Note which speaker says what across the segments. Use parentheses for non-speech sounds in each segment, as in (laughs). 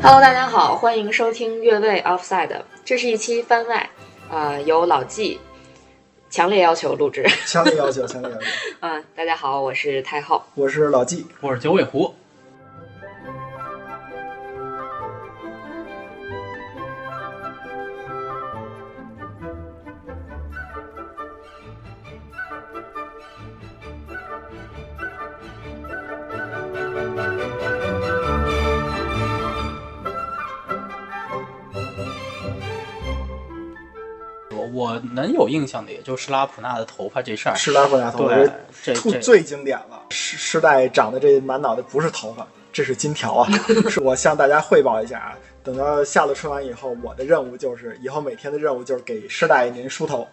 Speaker 1: Hello，大家好，欢迎收听越位 Offside，这是一期番外，呃，由老纪强烈要求录制。 (laughs)
Speaker 2: 强烈要求，强烈要求。
Speaker 1: 嗯、大家好，我是太后。
Speaker 2: 我是老纪，
Speaker 3: 我是九尾狐。我我能有印象的，也就施拉普纳的头发这事儿。
Speaker 2: 施拉普纳头，我觉
Speaker 3: 对
Speaker 2: 得，
Speaker 3: 这
Speaker 2: 出
Speaker 3: 这
Speaker 2: 最经典了。时时代长的这满脑袋不是头发，这是金条啊！是我向大家汇报一下啊。等到下了春晚以后，我的任务就是以后每天的任务就是给师大爷您梳头。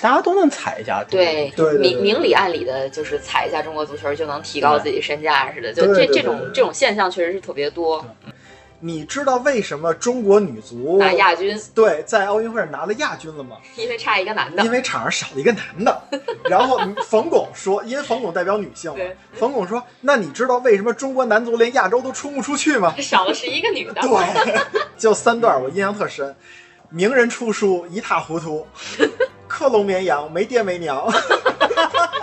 Speaker 3: 大家都能踩一下。
Speaker 1: 对，
Speaker 2: 嗯对对对
Speaker 1: 明明里暗里的，就是踩一下中国足球就能提高自己身价似的，就这
Speaker 2: 对对对
Speaker 1: 这种
Speaker 2: 对对嗯
Speaker 1: 这种现象确实是特别多。
Speaker 2: 你知道为什么中国女足
Speaker 1: 拿亚军，
Speaker 2: 对在奥运会上拿了亚军了吗？
Speaker 1: 因为差一个男的
Speaker 2: 因，为场上少了一个男的。然后嗯冯巩说，因为冯巩代表女性嘛
Speaker 1: 对，
Speaker 2: 冯巩说，那你知道为什么中国男足连亚洲都冲不出去吗？
Speaker 1: (laughs) 少了是一个女的。
Speaker 2: 对，就三段我印象特深，名人出书一塌糊涂，克隆绵羊没爹没娘，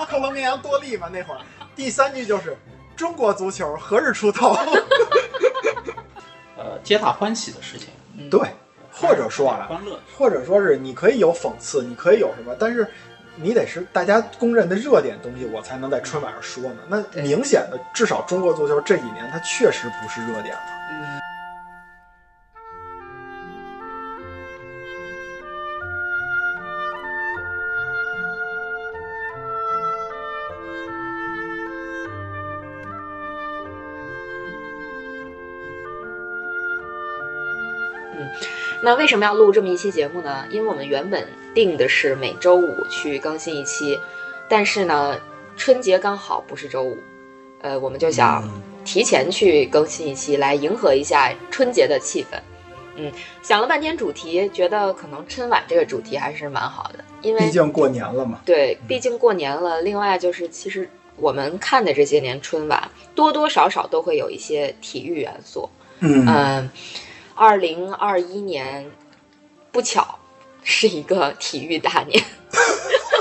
Speaker 2: 克隆绵羊多利嘛那会儿，第三句就是中国足球何日出头？
Speaker 3: 呃，皆大欢喜的事情。哎
Speaker 2: 对，或者说啊，
Speaker 3: 欢乐。
Speaker 2: 或者说是你可以有讽刺，你可以有什么，但是。你得是大家公认的热点东西，我才能在春晚上说嘛。那明显的，至少中国足球这几年它确实不是热点了。
Speaker 1: 嗯，那为什么要录这么一期节目呢？因为我们原本定的是每周五去更新一期，但是呢，春节刚好不是周五，呃，我们就想
Speaker 2: 嗯
Speaker 1: 提前去更新一期，来迎合一下春节的气氛。嗯，想了半天主题，觉得可能春晚这个主题还是蛮好的，因
Speaker 2: 毕
Speaker 1: 为
Speaker 2: 竟嗯过年了嘛，
Speaker 1: 对，毕竟过年了。另外就是，其实我们看的这些年春晚，多多少少都会有一些体育元素。
Speaker 2: 嗯，
Speaker 1: 嗯，二零二一年不巧是一个体育大年，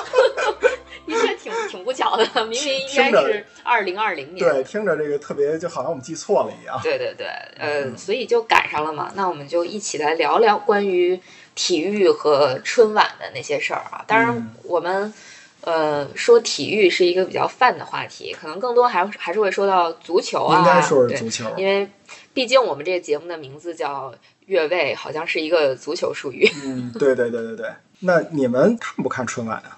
Speaker 1: (laughs) 应该挺挺不
Speaker 2: (laughs)
Speaker 1: 巧的，明明应该
Speaker 2: 听着
Speaker 1: 是二零二零年。
Speaker 2: 对，听着这个特别，就好像我们记错了一样。
Speaker 1: 对对对，
Speaker 2: 嗯
Speaker 1: 呃，所以就赶上了嘛。那我们就一起来聊聊关于体育和春晚的那些事儿啊。当然
Speaker 2: 嗯，
Speaker 1: 我们、呃说体育是一个比较泛的话题，可能更多还还是会说到足球啊，
Speaker 2: 应该说是
Speaker 1: 对
Speaker 2: 足球。
Speaker 1: 因为毕竟我们这个节目的名字叫越位，好像是一个足球术语。
Speaker 3: 嗯，
Speaker 2: 对对对对对。那你们看不看春晚啊？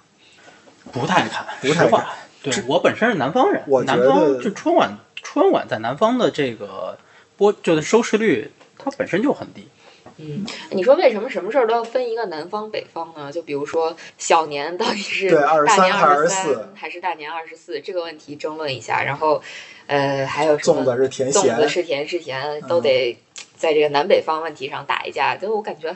Speaker 3: 不太看，
Speaker 2: 不太看
Speaker 3: 实话。对我本身是南方人，
Speaker 2: 我觉
Speaker 3: 南
Speaker 2: 得
Speaker 3: 方就春晚，春晚在南方的这个播就是收视率，它本身就很低。
Speaker 1: 嗯，你说为什么什么事儿都要分一个南方北方呢？就比如说小年到底是
Speaker 2: 对
Speaker 1: 大年
Speaker 2: 23还是
Speaker 1: 二
Speaker 2: 24
Speaker 1: 还是大年二十四这个问题争论一下，然后呃还有什么
Speaker 2: 粽子是甜
Speaker 1: 粽
Speaker 2: 咸
Speaker 1: 子，是甜是甜，
Speaker 2: 嗯
Speaker 1: 都得在这个南北方问题上打一架。就我感觉，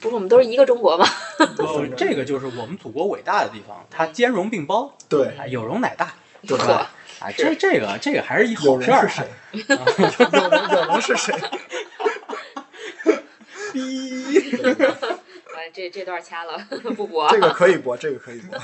Speaker 1: 不是我们都是一个中国吗？
Speaker 3: 呃，这个就是我们祖国伟大的地方，它兼容并包，
Speaker 2: 对
Speaker 3: 啊有容乃大，
Speaker 1: (laughs)
Speaker 2: 对
Speaker 3: 是吧？啊，
Speaker 1: 是
Speaker 3: 这这个这个还是一
Speaker 2: 有
Speaker 3: 好事
Speaker 2: 人
Speaker 3: 儿
Speaker 2: 是。谁？ (laughs)
Speaker 3: 啊
Speaker 2: 有人有人
Speaker 1: (laughs)
Speaker 2: 是谁？逼，
Speaker 1: 哎这这段掐了， (laughs) 不播啊。
Speaker 2: 这个可以播，这个可以播。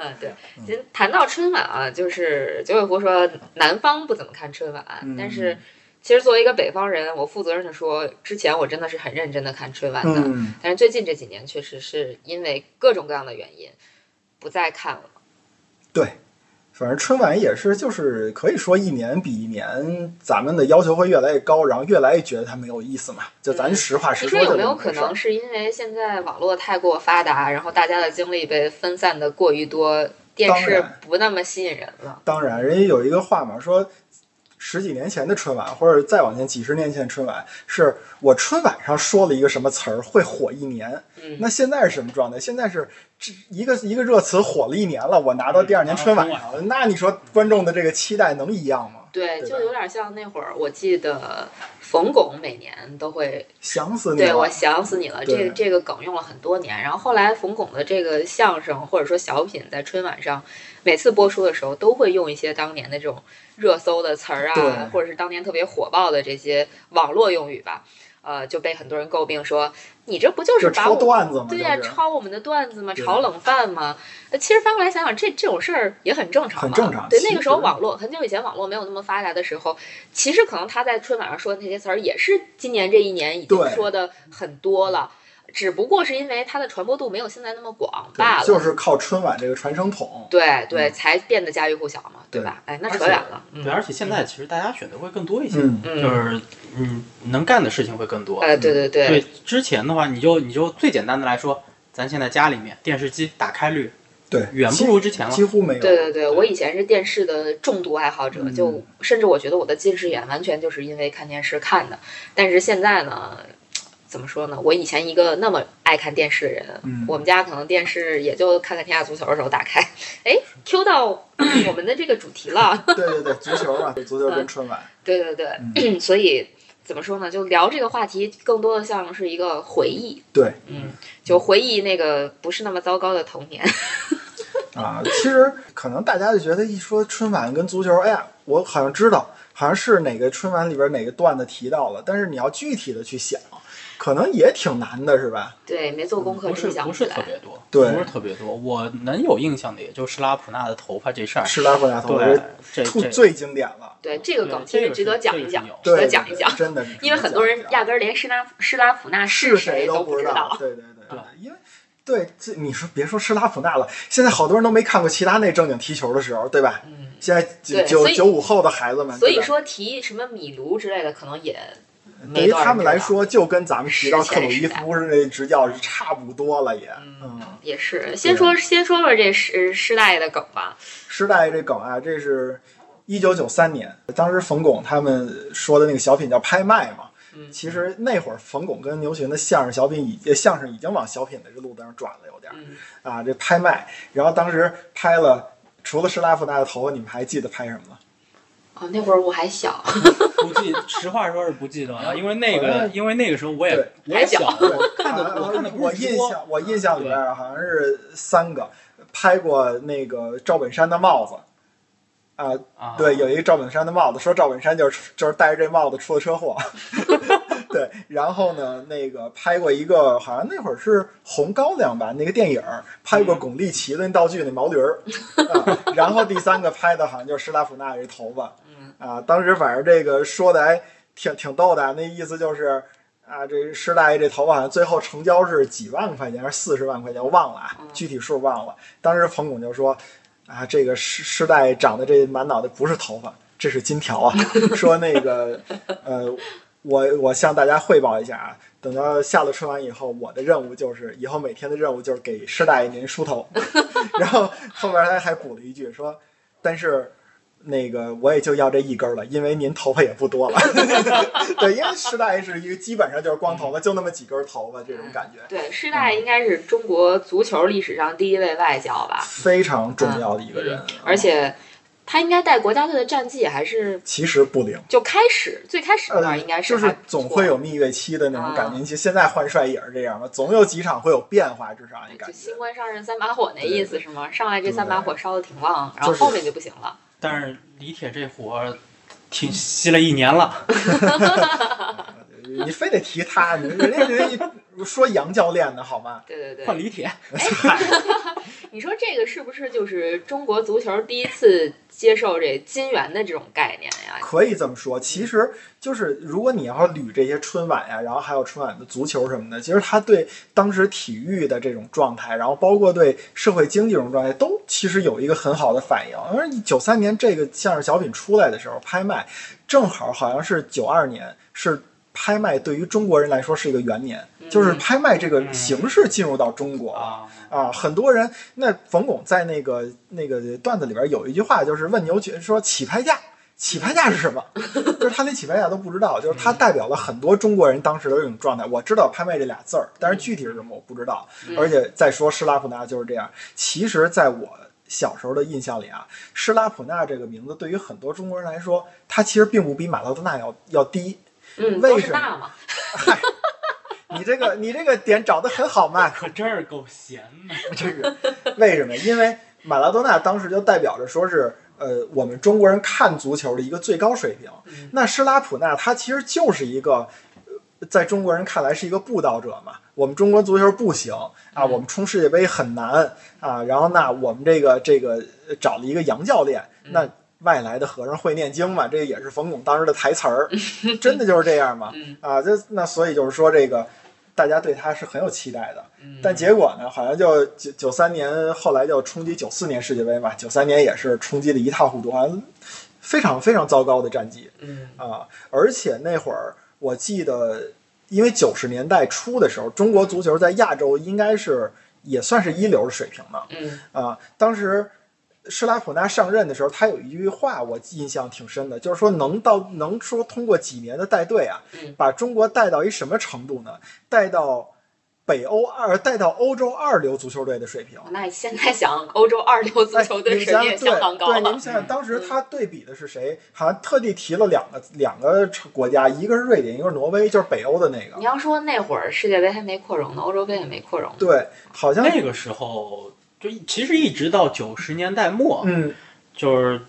Speaker 1: 嗯，对，其实谈到春晚啊，就是九尾狐说南方不怎么看春晚，
Speaker 2: 嗯
Speaker 1: 但是其实作为一个北方人，我负责任的说，之前我真的是很认真的看春晚的，
Speaker 2: 嗯，
Speaker 1: 但是最近这几年确实是因为各种各样的原因不再看了。
Speaker 2: 对。反正春晚也是，就是可以说一年比一年，咱们的要求会越来越高，然后越来越觉得它没有意思嘛。就咱
Speaker 1: 嗯
Speaker 2: 实话实
Speaker 1: 你
Speaker 2: 说
Speaker 1: 说
Speaker 2: 就
Speaker 1: 有
Speaker 2: 这
Speaker 1: 没有
Speaker 2: 么
Speaker 1: 可
Speaker 2: 回事
Speaker 1: 能
Speaker 2: 儿。
Speaker 1: 是因为现在网络太过发达，然后大家的精力被分散的过于多，电
Speaker 2: 当
Speaker 1: 视
Speaker 2: 然
Speaker 1: 不那么吸引人了？
Speaker 2: 当然，人家有一个话嘛，说十几年前的春晚，或者再往前几十年前的春晚，是我春晚上说了一个什么词儿会火一年。
Speaker 1: 嗯，
Speaker 2: 那现在是什么状态？现在是这一个
Speaker 3: 嗯
Speaker 2: 一个热词火了一年了，我拿到第二年春晚上了，那你说观众的这个期待能一样吗？
Speaker 1: 对，
Speaker 2: 对
Speaker 1: 就
Speaker 2: 吧
Speaker 1: 有点像那会儿，我记得冯巩每年都会
Speaker 2: 想死你了！
Speaker 1: 对我想死你了，这
Speaker 2: 对
Speaker 1: 个这个梗用了很多年。然后后来冯巩的这个相声或者说小品，在春晚上每次播出的时候，都会用一些当年的这种热搜的词儿
Speaker 2: 对
Speaker 1: 啊，或者是当年特别火爆的这些网络用语吧，呃，就被很多人诟病说你这不就是
Speaker 2: 就
Speaker 1: 把
Speaker 2: 抄
Speaker 1: 我
Speaker 2: 段子嘛，
Speaker 1: 对
Speaker 2: 就
Speaker 1: 呀、
Speaker 2: 是
Speaker 1: 抄我们的段子嘛，
Speaker 2: 对
Speaker 1: 炒冷饭嘛。呃，其实翻过来想想，这这种事儿也很正常嘛，啊
Speaker 2: 很正常
Speaker 1: 对，
Speaker 2: 其
Speaker 1: 那个时候
Speaker 2: 实
Speaker 1: 网络很久以前网络没有那么发达的时候，其实可能他在春晚上说的那些词儿，也是今年这一年已经
Speaker 2: 对
Speaker 1: 说的很多了，只不过是因为它的传播度没有现在那么广罢了。
Speaker 2: 对就是靠春晚这个传声筒。
Speaker 1: 对对，才变得家喻户晓嘛，对
Speaker 2: 对
Speaker 1: 吧？哎，那
Speaker 3: 而
Speaker 1: 扯
Speaker 3: 且
Speaker 1: 远了，嗯
Speaker 3: 对，而且现在其实大家选择会更多一些，
Speaker 2: 嗯，
Speaker 1: 嗯，
Speaker 3: 就是嗯能干的事情会更多。
Speaker 1: 呃，对对对，
Speaker 3: 对，之前的话，你就你就最简单的来说，咱现在家里面电视机打开率
Speaker 2: 对，
Speaker 3: 远不如之前了
Speaker 2: 几，乎没有。
Speaker 1: 对对对，我以前是电视的重度爱好者，
Speaker 2: 嗯
Speaker 1: 就甚至我觉得我的近视眼完全就是因为看电视看的。但是现在呢，怎么说呢？我以前一个那么爱看电视的人，
Speaker 2: 嗯
Speaker 1: 我们家可能电视也就看看天下足球的时候打开，哎，Q 到我们的这个主题
Speaker 3: (laughs)
Speaker 1: 了。
Speaker 2: 对对对，足球嘛，足球
Speaker 1: 嗯
Speaker 2: 跟春晚，
Speaker 1: 对对对，(clears throat)
Speaker 3: 嗯
Speaker 1: 所以怎么说呢？就聊这个话题，更多的像是一个回忆，
Speaker 2: 对
Speaker 1: 嗯，就回忆那个不是那么糟糕的童年。 (laughs)
Speaker 2: 啊，其实可能大家就觉得一说春晚跟足球，哎呀，我好像知道，好像是哪个春晚里边哪个段子提到了，但是你要具体的去想，可能也挺难的，是吧？
Speaker 1: 对，没做功课
Speaker 3: 嗯不是
Speaker 1: 真想
Speaker 3: 不
Speaker 1: 起
Speaker 3: 是
Speaker 1: 来
Speaker 3: 特。别多，
Speaker 2: 对
Speaker 3: 不是特别多。我能有印象的也就施拉普纳的头发这事儿，
Speaker 2: 十大混大头，我觉
Speaker 3: 对
Speaker 2: 得，
Speaker 3: 这
Speaker 2: 吐
Speaker 3: 这
Speaker 2: 最经典了，
Speaker 1: 对这个梗，
Speaker 3: 对
Speaker 1: 其
Speaker 3: 这
Speaker 1: 实
Speaker 3: 个
Speaker 1: 值
Speaker 3: 是
Speaker 1: 得讲
Speaker 3: 这
Speaker 1: 一
Speaker 3: 个
Speaker 1: 讲
Speaker 3: 是有，
Speaker 1: 值得
Speaker 2: 对，
Speaker 1: 讲一讲
Speaker 2: 对，真的是值得讲一讲，
Speaker 1: 因为很多人压根儿连施拉施拉普纳是谁
Speaker 2: 都
Speaker 1: 不
Speaker 2: 知
Speaker 1: 道。
Speaker 2: 对对对对，
Speaker 3: 对
Speaker 2: 因为。对，这你说别说施拉普纳了，现在好多人都没看过齐达内正经踢球的时候，对吧？
Speaker 1: 嗯，
Speaker 2: 现在九
Speaker 1: 对所
Speaker 2: 九
Speaker 1: 以
Speaker 2: 九五后的孩子们，
Speaker 1: 所以
Speaker 2: 嗯对吧
Speaker 1: 说提什么米卢之类的，可能也
Speaker 2: 对
Speaker 1: 没
Speaker 2: 于
Speaker 1: 多少
Speaker 2: 他们
Speaker 1: 人
Speaker 2: 来
Speaker 1: 知道，
Speaker 2: 说，就跟咱们提到克鲁伊
Speaker 1: 史前时代
Speaker 2: 夫是那执教是差不多了也。
Speaker 1: 嗯
Speaker 2: 嗯，，
Speaker 1: 也是。先说先说说这施施大爷的梗吧。
Speaker 2: 时代这梗啊，这是一九九三年，当时冯巩他们说的那个小品叫《拍卖》嘛。
Speaker 1: 嗯
Speaker 2: 其实那会儿冯巩跟牛群的相声小品已呃相声已经往小品的这路子上转了，有点儿
Speaker 1: 嗯，
Speaker 2: 啊，这拍卖。然后当时拍了，除了施拉夫纳的头发，你们还记得拍什么吗？
Speaker 1: 哦，那会儿我还小，
Speaker 3: 不记，实话说是不记得了，因为那个，因为那个时候我也
Speaker 2: 对
Speaker 3: 我也小，
Speaker 2: 对
Speaker 3: (laughs) 我看的
Speaker 2: 啊
Speaker 3: 我看的不
Speaker 2: 我
Speaker 3: 是直
Speaker 2: 印
Speaker 3: 播，嗯
Speaker 2: 象我印象里边儿好像是三个，拍过那个赵本山的帽子，啊，
Speaker 3: 啊，
Speaker 2: 对，有一个赵本山的帽子，说赵本山就是就是戴着这帽子出的车祸。 (laughs) 对，然后呢，那个拍过一个，好像那会儿是《红高粱》吧，那个电影儿拍
Speaker 1: 嗯
Speaker 2: 过巩俐骑的那道具那毛
Speaker 1: (laughs)
Speaker 2: 驴儿、啊。然后第三个拍的好像就是施拉普纳这头发
Speaker 1: 嗯，
Speaker 2: 啊，当时反正这个说的还挺挺逗的啊，那意思就是。啊，这施大爷这头发好像最后成交是几万块钱，还是四十万块钱，我忘了啊
Speaker 1: 嗯，
Speaker 2: 具体数忘了。当时冯巩就说：“啊，这个师师大爷长的这满脑袋不是头发，这是金
Speaker 1: (laughs)
Speaker 2: 条啊。说那个，呃，我我向大家汇报一下啊，等到下了春晚以后，我的任务就是以后每天的任务就是给师大爷您梳头。 (laughs) 然后后边他还补了一句说，但是。那个我也就要这一根儿了，因为您头发也不多了。 (laughs) 对，因为师大爷是一个基本上就是光头发，就那么几根儿头发这种感觉，
Speaker 1: 对，施大爷应该是中国足球历史上第一位外教吧，
Speaker 2: 非常重要的一个人。
Speaker 1: 嗯
Speaker 2: 嗯
Speaker 1: 而且他应该带国家队的战绩还是
Speaker 2: 其实不灵。
Speaker 1: 就开始最开始那段应该
Speaker 2: 呃就
Speaker 1: 还
Speaker 2: 是
Speaker 1: 不
Speaker 2: 总
Speaker 1: 错
Speaker 2: 会有蜜月期的那
Speaker 1: 嗯
Speaker 2: 种感觉。其实现在换帅也是这样嘛，总有几场会有变化，至少你感
Speaker 1: 就
Speaker 2: 觉
Speaker 1: 新。官上任三把火那意思是吗？上来这三把火烧的挺旺，然后
Speaker 2: 就是
Speaker 1: 后面就不行了。
Speaker 3: 但是李铁这活儿挺吸了一年了，
Speaker 2: 你非得提他，你人家人家一 (laughs) 说杨教练的好吗？
Speaker 1: 对对
Speaker 3: 换
Speaker 1: 对，
Speaker 3: 李铁，
Speaker 1: 你说这个是不是就是中国足球第一次接受这金元的这种概念呀？
Speaker 2: 可以这么说，其实就是如果你要捋这些春晚呀、然后还有春晚的足球什么的，其实他对当时体育的这种状态，然后包括对社会经济这种状态，都其实有一个很好的反应。而九三年这个相声小品出来的时候，拍卖正好好像是九二年是。拍卖对于中国人来说是一个元年，
Speaker 1: 嗯
Speaker 2: 就是拍卖这个形式进入到中国了。
Speaker 3: 啊，
Speaker 2: 啊，很多人那冯巩在那个那个段子里边有一句话，就是问牛群说起拍价，起拍价是什么？ (laughs) 就是他连起拍价都不知道，就是他代表了很多中国人当时的这种状态。我知道拍卖这俩字儿，但是具体是什么我不知道。
Speaker 1: 嗯
Speaker 2: 而且再说施拉普纳就是这样，其实在我。小时候的印象里啊，施拉普纳这个名字对于很多中国人来说，它其实并不比马拉多纳要要低。
Speaker 1: 嗯，
Speaker 2: 为
Speaker 1: 都是
Speaker 2: 什么
Speaker 1: 大嘛，
Speaker 2: 嗨，你这个你这个点找的很好嘛，
Speaker 4: 可真是够闲的。
Speaker 2: 真是为什么？因为马拉多纳当时就代表着说是呃我们中国人看足球的一个最高水平。
Speaker 1: 嗯
Speaker 2: 那施拉普纳他其实就是一个。呃在中国人看来是一个布道者嘛，我们中国足球不行啊，我们冲世界杯很难啊，然后那我们这个这个呃找了一个洋教练，那外来的和尚会念经嘛，这也是冯巩当时的台词儿，真的就是这样嘛
Speaker 1: 嗯
Speaker 2: 啊，这那所以就是说这个大家对他是很有期待的，
Speaker 1: 嗯
Speaker 2: 但结果呢，好像就九九三年后来就冲击九四年世界杯嘛，九三年也是冲击的一塌糊涂，好像非常非常糟糕的战绩
Speaker 1: 嗯
Speaker 2: 啊！而且那会儿我记得，因为九十年代初的时候，中国足球在亚洲应该是也算是一流的水平了
Speaker 1: 嗯
Speaker 2: 啊。当时施拉普纳上任的时候，他有一句话我印象挺深的，就是说能到能说通过几年的带队啊
Speaker 1: 嗯，
Speaker 2: 把中国带到一什么程度呢？带到北欧二，带到欧洲二流足球队的水平。
Speaker 1: 那现在想欧洲二流足
Speaker 2: 哎，
Speaker 1: 球
Speaker 2: 你
Speaker 1: 的
Speaker 2: 们
Speaker 1: 水
Speaker 2: 想
Speaker 1: 平也相当高
Speaker 2: 对，对，你
Speaker 1: 了嗯
Speaker 2: 们，想想，当时他对比的是谁？好像特地提了两个两个国家，一个是瑞典，一个是挪威，就是北欧的那个
Speaker 1: 你。要说那会儿世界杯还没扩容呢，欧洲杯也没扩容，
Speaker 2: 对，好像
Speaker 3: 那个时候就一其实一直到九十年代末，
Speaker 2: 嗯，
Speaker 3: 就是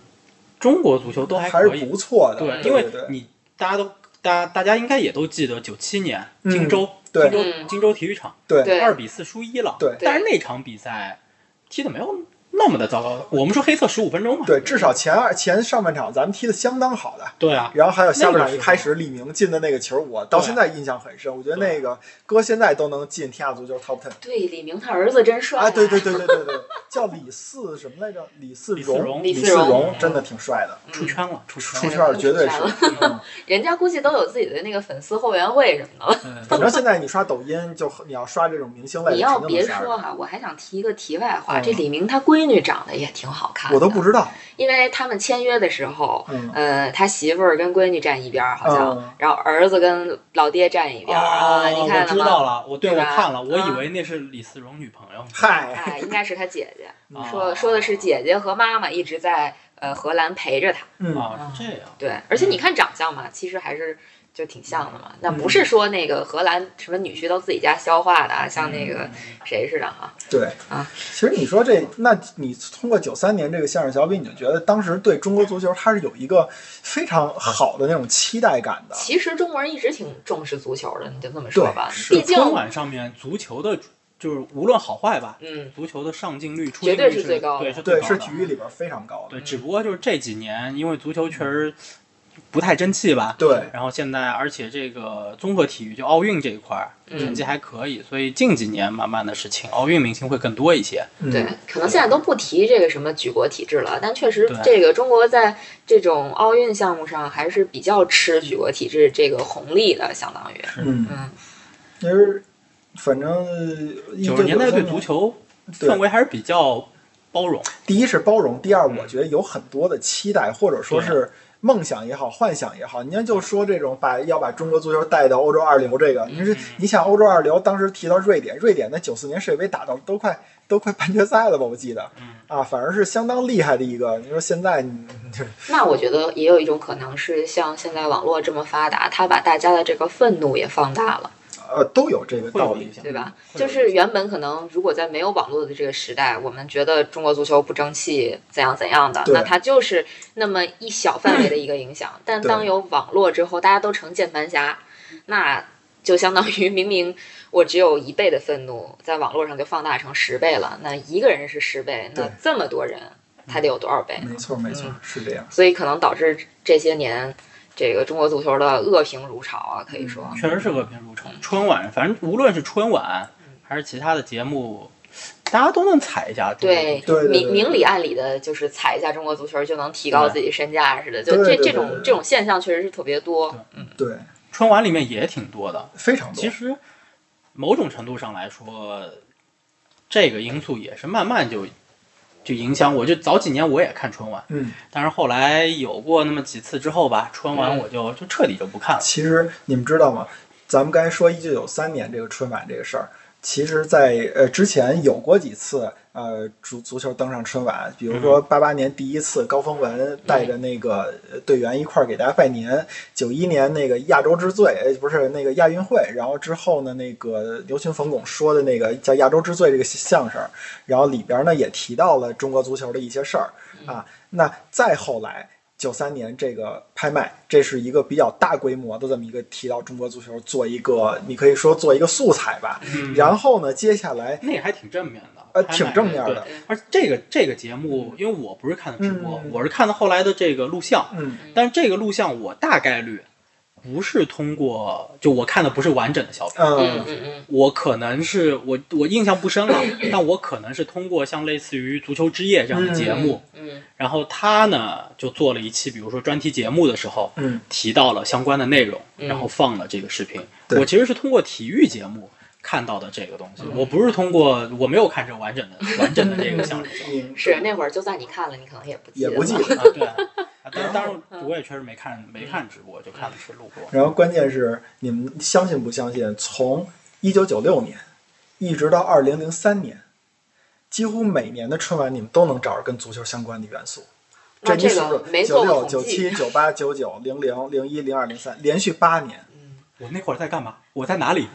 Speaker 3: 中国足球都还
Speaker 2: 还
Speaker 3: 可
Speaker 2: 是
Speaker 3: 以，
Speaker 2: 不错的。
Speaker 3: 对，
Speaker 2: 对，
Speaker 3: 因为
Speaker 2: 对
Speaker 3: 你大家都大大家应该也都记得九七年
Speaker 2: 嗯
Speaker 3: 荆州，
Speaker 2: 对
Speaker 3: 荆州
Speaker 1: 嗯
Speaker 3: 荆州体育场
Speaker 2: 对
Speaker 1: 对
Speaker 3: 二比四输一了，
Speaker 2: 对
Speaker 3: 但是那场比赛踢的没有那么的糟糕，我们说黑色十五分钟嘛，
Speaker 2: (laughs) 对，至少前二前上半场咱们踢的相当好的。
Speaker 3: 对啊，
Speaker 2: 然后还有下半
Speaker 3: 那个
Speaker 2: 场
Speaker 3: 时
Speaker 2: 一
Speaker 3: 候
Speaker 2: 开始李明进的那个球，我到
Speaker 3: 对
Speaker 2: 现在印象很深。我觉得那个搁现在都能进天下足球 top ten
Speaker 1: 对，李明他儿子真帅
Speaker 2: 啊！对对，对对对对，叫李四什么来着？李四
Speaker 3: 李四
Speaker 2: 荣，嗯
Speaker 3: 荣
Speaker 1: 李
Speaker 2: 李
Speaker 1: 四
Speaker 2: 四
Speaker 1: 荣嗯
Speaker 2: 荣真的挺帅的，
Speaker 3: 出圈了，出圈
Speaker 2: 出
Speaker 3: 了。
Speaker 2: 圈儿绝对是
Speaker 1: 出。
Speaker 2: 嗯
Speaker 1: 人家估计都有自己的那个粉丝后援会什么的了。(laughs)
Speaker 3: 嗯
Speaker 2: 反正现在你刷抖音，就很你要刷这种明星类的，
Speaker 1: 你要
Speaker 2: 肯定
Speaker 1: 别
Speaker 2: 能刷着
Speaker 1: 说哈、我还想提一个题外话，
Speaker 2: 嗯
Speaker 1: 这李明他闺女长得也挺好看的，
Speaker 2: 我都不知道。
Speaker 1: 因为他们签约的时候，
Speaker 2: 嗯，
Speaker 1: 呃，他媳妇儿跟闺女站一边儿，好像，
Speaker 2: 嗯
Speaker 1: 然后儿子跟老爹站一边儿
Speaker 3: 啊，
Speaker 1: 你
Speaker 3: 我
Speaker 1: 看
Speaker 3: 知
Speaker 1: 了吗？
Speaker 3: 道了，我对
Speaker 1: 对
Speaker 3: 我
Speaker 1: 吧
Speaker 3: 看了，我以
Speaker 1: 啊
Speaker 3: 为那是李思荣女朋友。
Speaker 2: 嗨，
Speaker 1: 哎，应该是他姐姐，
Speaker 3: 啊
Speaker 1: 嗯说说的是姐姐和妈妈一直在呃荷兰陪着他，
Speaker 2: 嗯，
Speaker 3: 啊，是这样。
Speaker 1: 对，而且你看长相嘛，其实还是就挺像的嘛，那不是说那个荷兰什么女婿都自己家消化的啊，像那个谁似的哈，
Speaker 2: 对
Speaker 1: 啊。
Speaker 2: 其实你说这，那你通过九三年这个相声小品，你就觉得当时对中国足球它是有一个非常好的那种期待感的。
Speaker 1: 其实中国人一直挺重视足球的，你就这么说
Speaker 2: 对
Speaker 1: 吧，
Speaker 2: 是
Speaker 1: 毕
Speaker 3: 是
Speaker 1: 竟
Speaker 3: 春晚上面足球的，就是无论好坏吧，
Speaker 1: 嗯。
Speaker 3: 足球的上镜率、出
Speaker 1: 绝
Speaker 3: 镜
Speaker 1: 对
Speaker 3: 率
Speaker 1: 是最高的
Speaker 3: 对，是最
Speaker 2: 对，
Speaker 3: 高
Speaker 2: 是
Speaker 3: 的
Speaker 2: 体育里边非常高的。
Speaker 3: 对，只不过就是这几年，因为足球确实不太争气吧。
Speaker 2: 对，
Speaker 3: 然后现在，而且这个综合体育就奥运这一块儿
Speaker 1: 嗯
Speaker 3: 成绩还可以，所以近几年慢慢的是请奥运明星会更多一些。
Speaker 2: 嗯
Speaker 1: 对，可能现在都不提这个什么举国体制了，但确实这
Speaker 3: 对
Speaker 1: 个中国在这种奥运项目上还是比较吃举国体制这个红利的，相当于，
Speaker 2: 嗯，
Speaker 1: 嗯，
Speaker 2: 其实反正呃
Speaker 3: 九十年代对足
Speaker 2: 球，
Speaker 3: 球
Speaker 2: 对
Speaker 3: 氛围还是比较包容。
Speaker 2: 第一是包容，第二
Speaker 3: 嗯
Speaker 2: 我觉得有很多的期待，或者说是梦想也好，幻想也好。您就说这种把要把中国足球带到欧洲二流，这个
Speaker 3: 嗯
Speaker 2: 您是你想欧洲二流，当时提到瑞典，瑞典那九四年世界杯打到都快都快半决赛了吧，我记得
Speaker 3: 嗯，
Speaker 2: 啊，反正是相当厉害的一个。你说现在你就是
Speaker 1: 那我觉得也有一种可能是像现在网络这么发达，它把大家的这个愤怒也放大了，
Speaker 2: 呃都有这个
Speaker 3: 会有
Speaker 2: 道理
Speaker 3: 影，响
Speaker 1: 对吧？
Speaker 3: 会有
Speaker 1: 就
Speaker 3: 影
Speaker 1: 是原本可能如果在没有网络的这个时代，我们觉得中国足球不争气，怎样怎样的，
Speaker 2: 对
Speaker 1: 那它就是那么一小范围的一个影
Speaker 2: (clears throat)
Speaker 1: 响。但当
Speaker 2: 对
Speaker 1: 有网络之后，大家都成键盘侠，那就相当于明明我只有一倍的愤怒，在网络上就放大成十倍了。那一个人是十倍，那
Speaker 2: 对嗯
Speaker 1: 这么多人，他得有多少倍？
Speaker 2: 没错没
Speaker 3: 嗯
Speaker 2: 错，是这样。
Speaker 1: 所以可能导致这些年这个中国足球的恶评如潮啊，
Speaker 2: 嗯
Speaker 1: 可以说，
Speaker 3: 确实是恶评如潮。
Speaker 1: 嗯
Speaker 3: 春晚，反正无论是春晚还是其他的节目，大家都能踩一下。
Speaker 1: 对，
Speaker 2: 对对对
Speaker 1: 嗯明
Speaker 2: 对
Speaker 1: 明里暗里的，就是踩一下中国足球就能提高自己身价似的，就这
Speaker 2: 对对对
Speaker 1: 这种
Speaker 2: 对对
Speaker 1: 这种现象确实是特别多
Speaker 3: 对。
Speaker 1: 嗯，
Speaker 2: 对，
Speaker 3: 春晚里面也挺多的。
Speaker 2: 非常多
Speaker 3: 其。实某种程度上来说，这个因素也是慢慢就就影响我。就早几年我也看春晚，
Speaker 2: 嗯，
Speaker 3: 但是后来有过那么几次之后吧，春晚
Speaker 1: 嗯
Speaker 3: 我就就彻底就不看了。
Speaker 2: 其实你们知道吗？咱们刚才说一九九三年这个春晚这个事儿，其实在，呃之前有过几次，呃足足球登上春晚，比如说八八年第一次高峰文带着那个呃队员一块儿给大家拜年，九一年那个亚洲之最，呃不是那个亚运会，然后之后呢，那个牛群冯巩说的那个叫亚洲之最这个相声，然后里边呢也提到了中国足球的一些事儿
Speaker 3: 嗯
Speaker 2: 啊，那再后来。九三年这个拍卖，这是一个比较大规模的这么一个提到中国足球，做一个你可以说做一个素材吧。然后呢，接下来
Speaker 3: 嗯那个还挺正面的，
Speaker 2: 呃
Speaker 3: 拍卖
Speaker 2: 挺正面
Speaker 3: 对
Speaker 2: 的，
Speaker 3: 而这个这个节目，因为我不是看的直播，
Speaker 2: 嗯
Speaker 3: 我是看的后来的这个录像。
Speaker 2: 嗯
Speaker 3: 但是这个录像我大概率不是通过，就我看的不是完整的小品，
Speaker 1: 嗯
Speaker 2: 嗯
Speaker 1: 嗯嗯，
Speaker 3: 我可能是我我印象不
Speaker 1: (coughs)
Speaker 3: 深了，但我可能是通过像类似于《足球之夜》这样的节目，
Speaker 1: 嗯
Speaker 3: 然后他呢就做了一期，比如说专题节目的时候
Speaker 2: 嗯，
Speaker 3: 提到了相关的内容，
Speaker 1: 嗯
Speaker 3: 然后放了这个视频。
Speaker 2: 对
Speaker 3: 我其实是通过体育节目。看到的这个东西，
Speaker 1: 嗯
Speaker 3: 我不是通过我没有看这完
Speaker 1: (laughs)
Speaker 3: 整的完整的这个相声小品
Speaker 2: 嗯
Speaker 1: 是那会儿就算你看了，你可能也不记
Speaker 2: 也不记
Speaker 1: 了。
Speaker 2: 得。
Speaker 3: 啊，对啊，啊当当
Speaker 1: 嗯
Speaker 3: 然我也确实没看没看直播，就看的是录播。
Speaker 2: 然后关键是你们相信不相信？从一九九六年一直到二零零三年，几乎每年的春晚你们都能找着跟足球相关的元素。
Speaker 1: 那
Speaker 2: 你
Speaker 1: 这
Speaker 2: 数
Speaker 1: 个没
Speaker 2: 九
Speaker 1: 做
Speaker 2: 六、
Speaker 1: 过
Speaker 2: 九
Speaker 1: 统计，
Speaker 2: 七、九八、九九、零零、零一、零二、零三，连续八年。
Speaker 1: 嗯，
Speaker 3: 我那会儿在干嘛？我在
Speaker 1: (laughs)
Speaker 3: 哪里？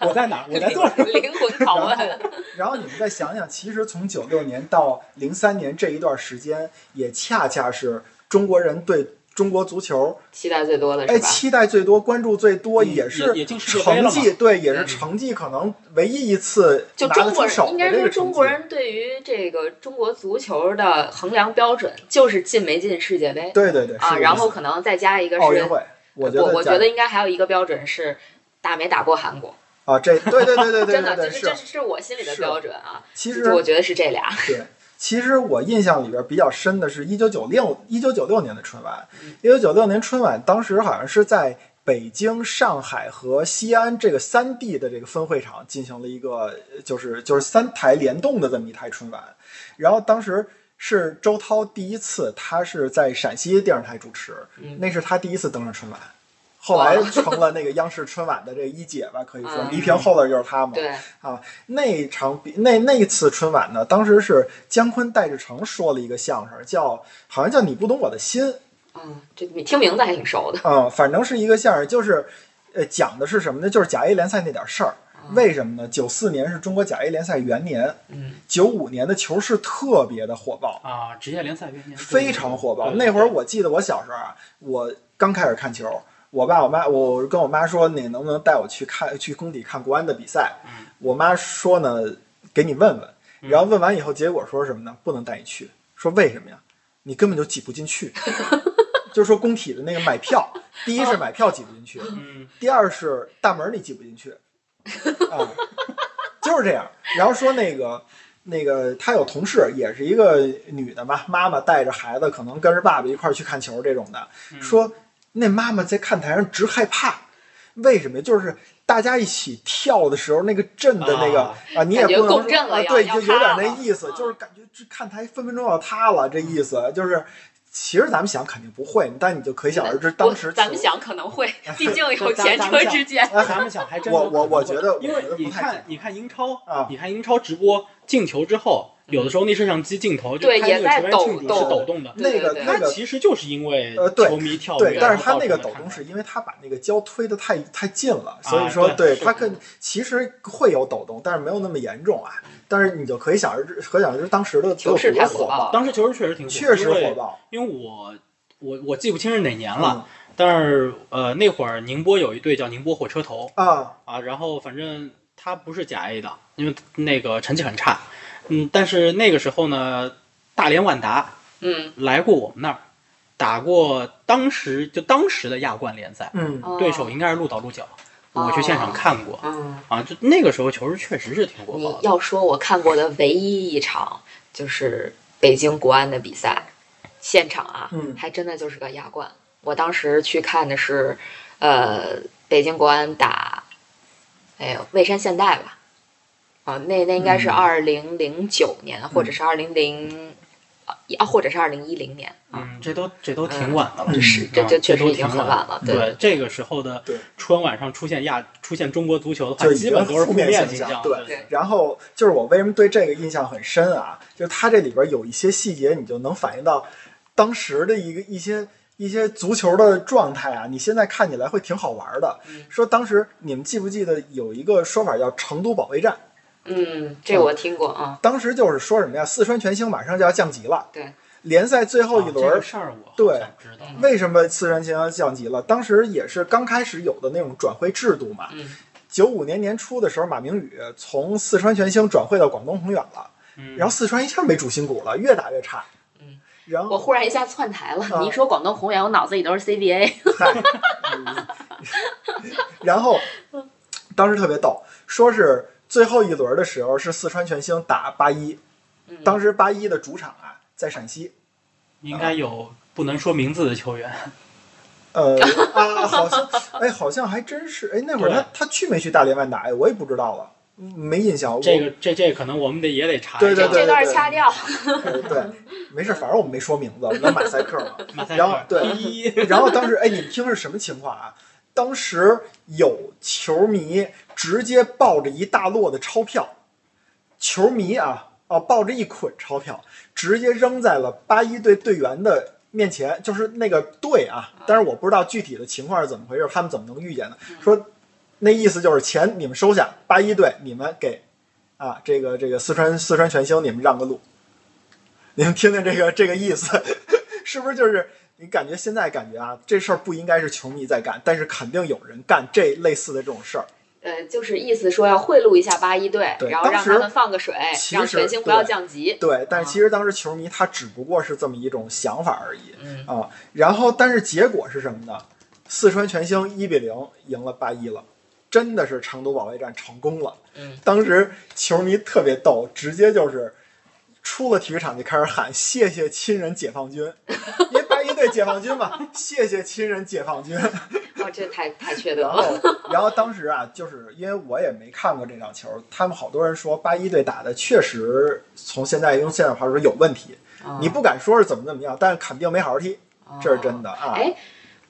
Speaker 3: 我在哪？我在做什么？
Speaker 1: 灵魂拷问。
Speaker 2: (laughs) 然后你们再想想，其实从九六年到零三年这一段时间，也恰恰是中国人对中国足球
Speaker 1: 期待最多的
Speaker 2: 哎
Speaker 1: 是吧？
Speaker 2: 期待最多、关注最多，
Speaker 3: 嗯
Speaker 2: 是
Speaker 3: 也也进世界杯
Speaker 2: 成
Speaker 3: 了嘛
Speaker 2: 绩对，也是
Speaker 3: 嗯
Speaker 2: 成绩可能唯一一次
Speaker 1: 就
Speaker 2: 拿
Speaker 1: 中
Speaker 2: 得
Speaker 1: 国
Speaker 2: 出
Speaker 1: 人，
Speaker 2: 手
Speaker 1: 应
Speaker 2: 的
Speaker 1: 该
Speaker 2: 这
Speaker 1: 说
Speaker 2: 个
Speaker 1: 中
Speaker 2: 成
Speaker 1: 国
Speaker 2: 绩。
Speaker 1: 人对于这个中国足球的衡量标准就是进没进世界杯
Speaker 2: 对对对
Speaker 1: 啊，
Speaker 2: 是
Speaker 1: 然后可能再加一个
Speaker 2: 奥运
Speaker 1: 是，
Speaker 2: 会，我觉
Speaker 1: 我我
Speaker 2: 得
Speaker 1: 觉
Speaker 2: 加
Speaker 1: 得应该还有一个标准是打没打过韩国，
Speaker 2: 啊，这对对对对对
Speaker 1: (laughs) 真
Speaker 2: 对
Speaker 1: 的，
Speaker 2: 对
Speaker 1: 这是
Speaker 2: 是
Speaker 1: 这，是我心里的
Speaker 2: 是
Speaker 1: 标准啊。
Speaker 2: 其实嗯
Speaker 1: 我觉得是这俩，
Speaker 2: 对，其实我印象里边比较深的是一九九六一九九六年的春晚
Speaker 1: 嗯，
Speaker 2: 一九九六年春晚当时好像是在北京、上海和西安这个三地的这个分会场进行了一个呃就是就是三台联动的这么一台春晚，然后当时。是周涛第一次，他是在陕西电视台主持，
Speaker 1: 嗯
Speaker 2: 那是他第一次登上春晚，后来
Speaker 1: 哇
Speaker 2: 成了那个央视春晚的这一姐吧，可以说
Speaker 1: 嗯
Speaker 2: 倪萍后边就是他嘛。
Speaker 1: 对，
Speaker 2: 那一场比那那一次春晚呢，当时是姜昆戴志诚说了一个相声，叫好像叫你不懂我的心，
Speaker 1: 嗯，这你听名字还挺熟的。
Speaker 2: 嗯，反正是一个相声，就是呃讲的是什么呢？就是甲 A 联赛那点事儿。为什么呢？九四年是中国甲 A 联赛元年，
Speaker 1: 嗯，
Speaker 2: 九五年的球市特别的火爆，
Speaker 3: 啊，职业联赛元年
Speaker 2: 非常火爆。
Speaker 3: 对
Speaker 2: 那会儿我记得我小时候啊，我刚开始看球，我爸我妈我跟我妈说，你能不能带我去看去工体看国安的比赛？
Speaker 3: 嗯
Speaker 2: 我妈说呢，给你问问。
Speaker 3: 嗯
Speaker 2: 然后问完以后，结果说什么呢？不能带你去，说为什么呀？你根本就挤不进
Speaker 3: (laughs)
Speaker 2: 去。就是说工体的那个买票，第一是买票挤不进
Speaker 3: (laughs)
Speaker 2: 去，
Speaker 3: 嗯，
Speaker 2: 第二是大门你挤不进去，啊，就是这样。然后说那个那个他有同事也是一个女的嘛，妈妈带着孩子，可能跟着爸爸一块儿去看球这种的，
Speaker 3: 嗯
Speaker 2: 说那妈妈在看台上直害怕，为什么呀？就是。大家一起跳的时候，那个震的那个
Speaker 3: 啊
Speaker 2: 啊你也
Speaker 1: 感觉
Speaker 2: 不能
Speaker 1: 共振了
Speaker 2: 啊，
Speaker 1: 要
Speaker 2: 对，
Speaker 1: 要
Speaker 2: 就有点
Speaker 1: 塌
Speaker 2: 那
Speaker 1: 了
Speaker 2: 意思，
Speaker 1: 嗯
Speaker 2: 就是感觉这看台分分钟要塌了，这意思就是，其实咱们想肯定不会，但你就可想而知当时
Speaker 1: 我咱
Speaker 2: 球
Speaker 1: 们想可能
Speaker 2: (laughs)
Speaker 1: 会，毕竟有
Speaker 3: 就咱
Speaker 1: 前车之鉴。
Speaker 3: 咱们想还真
Speaker 2: 我
Speaker 3: 有可能
Speaker 2: 我我
Speaker 3: 会
Speaker 2: 觉得
Speaker 3: 因
Speaker 2: 我
Speaker 3: 为
Speaker 2: 觉得
Speaker 3: 你
Speaker 2: 不太
Speaker 3: 看
Speaker 2: 行
Speaker 3: 你看英超
Speaker 2: 啊
Speaker 3: 你看英超直播进球之后，有的时候那摄像机镜头就
Speaker 1: 嗯对
Speaker 3: 看那
Speaker 1: 也
Speaker 3: 个
Speaker 1: 在
Speaker 3: 球员
Speaker 1: 抖
Speaker 3: 庆祝
Speaker 1: 动
Speaker 3: 是抖动的，
Speaker 2: 那
Speaker 1: 对对
Speaker 2: 个
Speaker 1: 对
Speaker 2: 那
Speaker 3: 它
Speaker 2: 个
Speaker 3: 其实就是因为
Speaker 2: 呃对
Speaker 3: 球迷跳跃，
Speaker 2: 对，但是他
Speaker 3: 然后
Speaker 2: 那个
Speaker 3: 造
Speaker 2: 抖
Speaker 3: 成的
Speaker 2: 动是
Speaker 3: 看法
Speaker 2: 因为他把那个胶推的太太近了，所以
Speaker 3: 啊
Speaker 2: 说
Speaker 3: 对
Speaker 2: 对
Speaker 3: 是
Speaker 2: 他跟其实会有抖动，但是没有那么严重啊。但是你就可以想而知，可想而知当时的
Speaker 1: 球市
Speaker 2: 有多
Speaker 1: 太火
Speaker 2: 火
Speaker 1: 爆了
Speaker 2: 爆，
Speaker 3: 当时球是确实挺火
Speaker 2: 确实
Speaker 3: 因为
Speaker 2: 火爆。
Speaker 3: 因为我我我记不清是哪年
Speaker 2: 嗯
Speaker 3: 了，但是呃那会儿宁波有一队叫宁波火车头
Speaker 2: 啊，
Speaker 3: 啊，然后反正他不是甲 A 的，因为那个成绩很差，嗯，但是那个时候呢，大连万达
Speaker 1: 嗯，
Speaker 3: 来过我们那儿，打过当时就当时的亚冠联赛，
Speaker 2: 嗯，
Speaker 1: 哦
Speaker 3: 对手应该是鹿岛鹿角，我去现场看过
Speaker 1: 嗯，
Speaker 3: 啊，就那个时候球是确实是挺火
Speaker 1: 你
Speaker 3: 爆的，
Speaker 1: 要说我看过的唯一一场就是北京国安的比赛，现场啊，
Speaker 2: 嗯
Speaker 1: 还真的就是个亚冠。我当时去看的是，呃，北京国安打，哎呦，蔚山现代吧，啊，那那应该是
Speaker 2: 嗯
Speaker 1: 二零零九年、或者是二零零啊，或者是二零一零年啊，
Speaker 3: 嗯，这都这都挺晚的了。
Speaker 2: 嗯
Speaker 1: 是这
Speaker 3: 啊
Speaker 1: 这确实
Speaker 3: 都
Speaker 1: 已经
Speaker 3: 挺
Speaker 1: 很晚了，对。
Speaker 3: 对这个时候的
Speaker 2: 对
Speaker 3: 春晚上出现亚出现中国足球的话，
Speaker 2: 就已
Speaker 3: 基
Speaker 2: 经
Speaker 3: 本都是
Speaker 2: 负
Speaker 3: 负
Speaker 2: 面
Speaker 3: 面
Speaker 2: 形
Speaker 3: 形
Speaker 2: 象
Speaker 3: 象。
Speaker 2: 对
Speaker 1: 对
Speaker 2: 然后就是我为什么对这个印象很深啊？就是它这里边有一些细节，你就能反映到当时的一个一些一些足球的状态啊。你现在看起来会挺好玩的。
Speaker 1: 嗯
Speaker 2: 说当时你们记不记得有一个说法叫“成都保卫战
Speaker 1: 嗯，这我听过啊”？，
Speaker 2: 当时就是说什么呀？四川全兴马上就要降级了。
Speaker 1: 对，哦
Speaker 2: 联赛最后一
Speaker 3: 啊
Speaker 2: 轮
Speaker 3: 这
Speaker 2: 儿
Speaker 3: 个事儿我好
Speaker 2: 对
Speaker 3: 像知道。
Speaker 1: 嗯
Speaker 2: 为什么四川全要降级了？当时也是刚开始有的那种转会制度嘛。
Speaker 1: 嗯
Speaker 2: 九五年年初的时候，马明宇从四川全兴转会到广东宏远了，
Speaker 3: 嗯，
Speaker 2: 然后四川一下没主心骨了，越打越差。
Speaker 1: 嗯，
Speaker 2: 然
Speaker 1: 我
Speaker 2: 后 (laughs)
Speaker 1: 忽然一下窜台了。
Speaker 2: 啊
Speaker 1: 你一说广东宏远，我脑子里都是 CBA。
Speaker 2: 然后
Speaker 1: 嗯
Speaker 2: 当时特别逗，说是最后一轮的时候是四川全兴打八一，
Speaker 1: 嗯，
Speaker 2: 当时八一的主场啊在陕西，
Speaker 3: 应该有不能说名字的球员，
Speaker 1: (laughs)
Speaker 2: 呃啊，好像哎，好像还真是哎，那会儿他他去没去大连万达呀？我也不知道了，嗯没印象。我
Speaker 3: 这个这这可能我们得也得查一
Speaker 2: 对
Speaker 1: 这
Speaker 3: 下
Speaker 2: 对
Speaker 1: 这
Speaker 2: 对
Speaker 1: 段掐掉。
Speaker 3: (laughs)
Speaker 2: 呃对，没事，反正我们没说名字，我们叫马赛克嘛。
Speaker 3: 马赛
Speaker 2: 然后
Speaker 3: 克。
Speaker 2: 对，
Speaker 3: 一
Speaker 2: (laughs) 然后当时哎，你们听是什么情况啊？当时有球迷直接抱着一大摞的钞票，球迷啊哦、抱着一捆钞票，直接扔在了八一队队员的面前，就是那个队啊，但是我不知道具体的情况是怎么回事，他们怎么能遇见的？说那意思就是钱你们收下，八一队你们给啊这个这个四川四川全兴你们让个路， (laughs) 你们听听这个这个意思， (laughs) 是不是就是？你感觉现在感觉啊，这事儿不应该是球迷在干，但是肯定有人干这类似的这种事儿。
Speaker 1: 呃，就是意思说要贿赂一下八一队，
Speaker 2: 对
Speaker 1: 然后
Speaker 2: 当
Speaker 1: 让
Speaker 2: 时
Speaker 1: 他们放个水，
Speaker 2: 其
Speaker 1: 让
Speaker 2: 实
Speaker 1: 全兴不要
Speaker 2: 对
Speaker 1: 降级。
Speaker 2: 对，但是其实当时球迷他只不过是这么一种想法而已
Speaker 1: 嗯
Speaker 2: 啊。然后，但是结果是什么呢？四川全兴一比零赢了八一了，真的是成都保卫战成功了。
Speaker 1: 嗯，
Speaker 2: 当时球迷特别逗，直接就是出了体育场就开始喊“谢谢亲人解放军”，因为八一队解放军嘛，谢谢亲人解放军。
Speaker 1: 哦，这太太缺德
Speaker 2: 然
Speaker 1: 了。
Speaker 2: 后，哦然后当时啊，就是因为我也没看过这场球，他们好多人说八一队打的确实从现在用现在话说有问题，
Speaker 1: 啊嗯
Speaker 2: 你不敢说是怎么怎么样，但是肯定没好好踢，
Speaker 1: 哦
Speaker 2: 这是真。的啊。
Speaker 1: 嗯哎，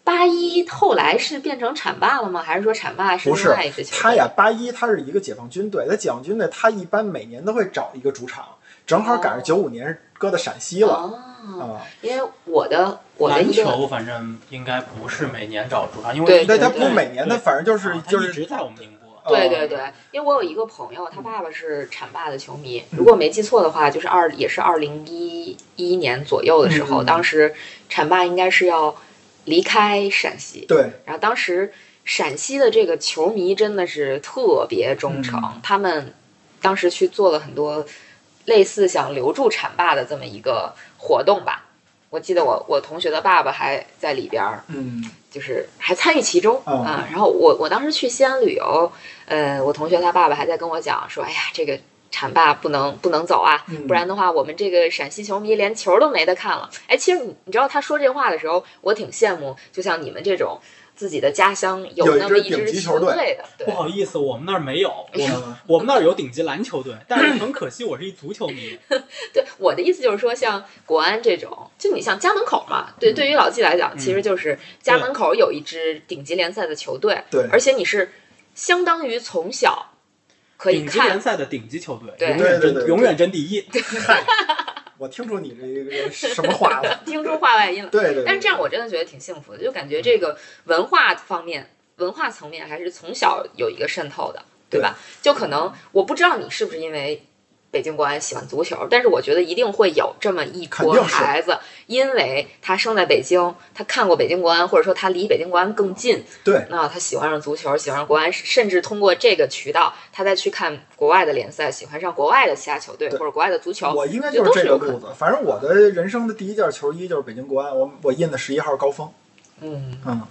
Speaker 1: 八一后来是变成浐灞了吗？还是说浐灞是
Speaker 2: 不是
Speaker 1: 另外一支球队？
Speaker 2: 他呀，八一他是一个解放军队，他解放军队他一般每年都会找一个主场，正好赶上
Speaker 1: 哦
Speaker 2: 九五年是搁到陕西了啊、
Speaker 1: 哦，因为我的我的
Speaker 3: 篮
Speaker 1: 一个
Speaker 3: 球反正应该不是每年找主场，因
Speaker 1: 对
Speaker 3: 为
Speaker 2: 对，
Speaker 1: 对
Speaker 2: 他
Speaker 1: 对
Speaker 2: 不每年，他
Speaker 3: 对
Speaker 2: 反正就是、
Speaker 3: 啊他
Speaker 2: 就
Speaker 3: 一
Speaker 2: 是，
Speaker 3: 直在我们宁波。
Speaker 1: 对
Speaker 2: 呃
Speaker 1: 对对，因为我有一个朋友，他爸爸是浐灞的球迷，
Speaker 2: 嗯
Speaker 1: 如果没记错的话，就是二也是二零一一年左右的时候，
Speaker 2: 嗯嗯
Speaker 1: 当时浐灞应该是要离开陕西，
Speaker 2: 对，
Speaker 1: 然后当时陕西的这个球迷真的是特别忠诚，
Speaker 2: 嗯
Speaker 1: 他们当时去做了很多类似想留住浐灞的这么一个活动吧。我记得我我同学的爸爸还在里边儿，
Speaker 2: 嗯
Speaker 1: 就是还参与其中
Speaker 2: 嗯
Speaker 1: 啊、然后我我当时去西安旅游，呃，我同学他爸爸还在跟我讲说，哎呀，这个浐灞不能不能走啊，
Speaker 2: 嗯
Speaker 1: 不然的话我们这个陕西球迷连球都没得看了。哎，其实你你知道他说这话的时候，我挺羡慕，就像你们这种自己的家乡
Speaker 2: 有一
Speaker 1: 那么
Speaker 2: 支
Speaker 1: 一
Speaker 2: 顶
Speaker 1: 支
Speaker 2: 级
Speaker 1: 球
Speaker 2: 球队
Speaker 1: 队的，对
Speaker 3: 不，好意思，我们那儿没有，我们
Speaker 2: 嗯
Speaker 3: 我们那儿有顶级篮球队，但是很可惜，我是一足球迷。
Speaker 1: 对，我的意思就是说，像国安这种，就你像家门口嘛，对，
Speaker 2: 嗯
Speaker 1: 对于老季来讲，
Speaker 3: 嗯
Speaker 1: 其实就是家
Speaker 3: 对
Speaker 1: 门口有一支顶级联赛的球队，
Speaker 2: 对
Speaker 1: 而且你是相当于从小 (clears throat) 可以
Speaker 3: 顶级联
Speaker 1: 看，
Speaker 3: 赛的顶级球队，
Speaker 1: 对
Speaker 3: 永远
Speaker 2: 对对对
Speaker 3: 争永远争第一。
Speaker 2: 我听出你这个什么话了？
Speaker 1: 听出话外音了。
Speaker 2: 对对对，
Speaker 1: 但是这样我真的觉得挺幸福的，就感觉这个文化方面、文化层面还是从小有一个渗透的，对吧？就可能我不知道你是不是因为北京国安喜欢足球，但是我觉得一定会有这么一
Speaker 2: 肯
Speaker 1: 波
Speaker 2: 定是
Speaker 1: 孩子，因为他生在北京，他看过北京国安，或者说他离北京国安更近，
Speaker 2: 对，
Speaker 1: 那他喜欢上足球，喜欢上国安，甚至通过这个渠道，他再去看国外的联赛，喜欢上国外的其他球队
Speaker 2: 对
Speaker 1: 或者国外的足球。
Speaker 2: 我应该就是这个路子。反正我的人生的第一件球衣就是北京国安，我我印的十一号高峰。
Speaker 1: 嗯，
Speaker 2: 嗯，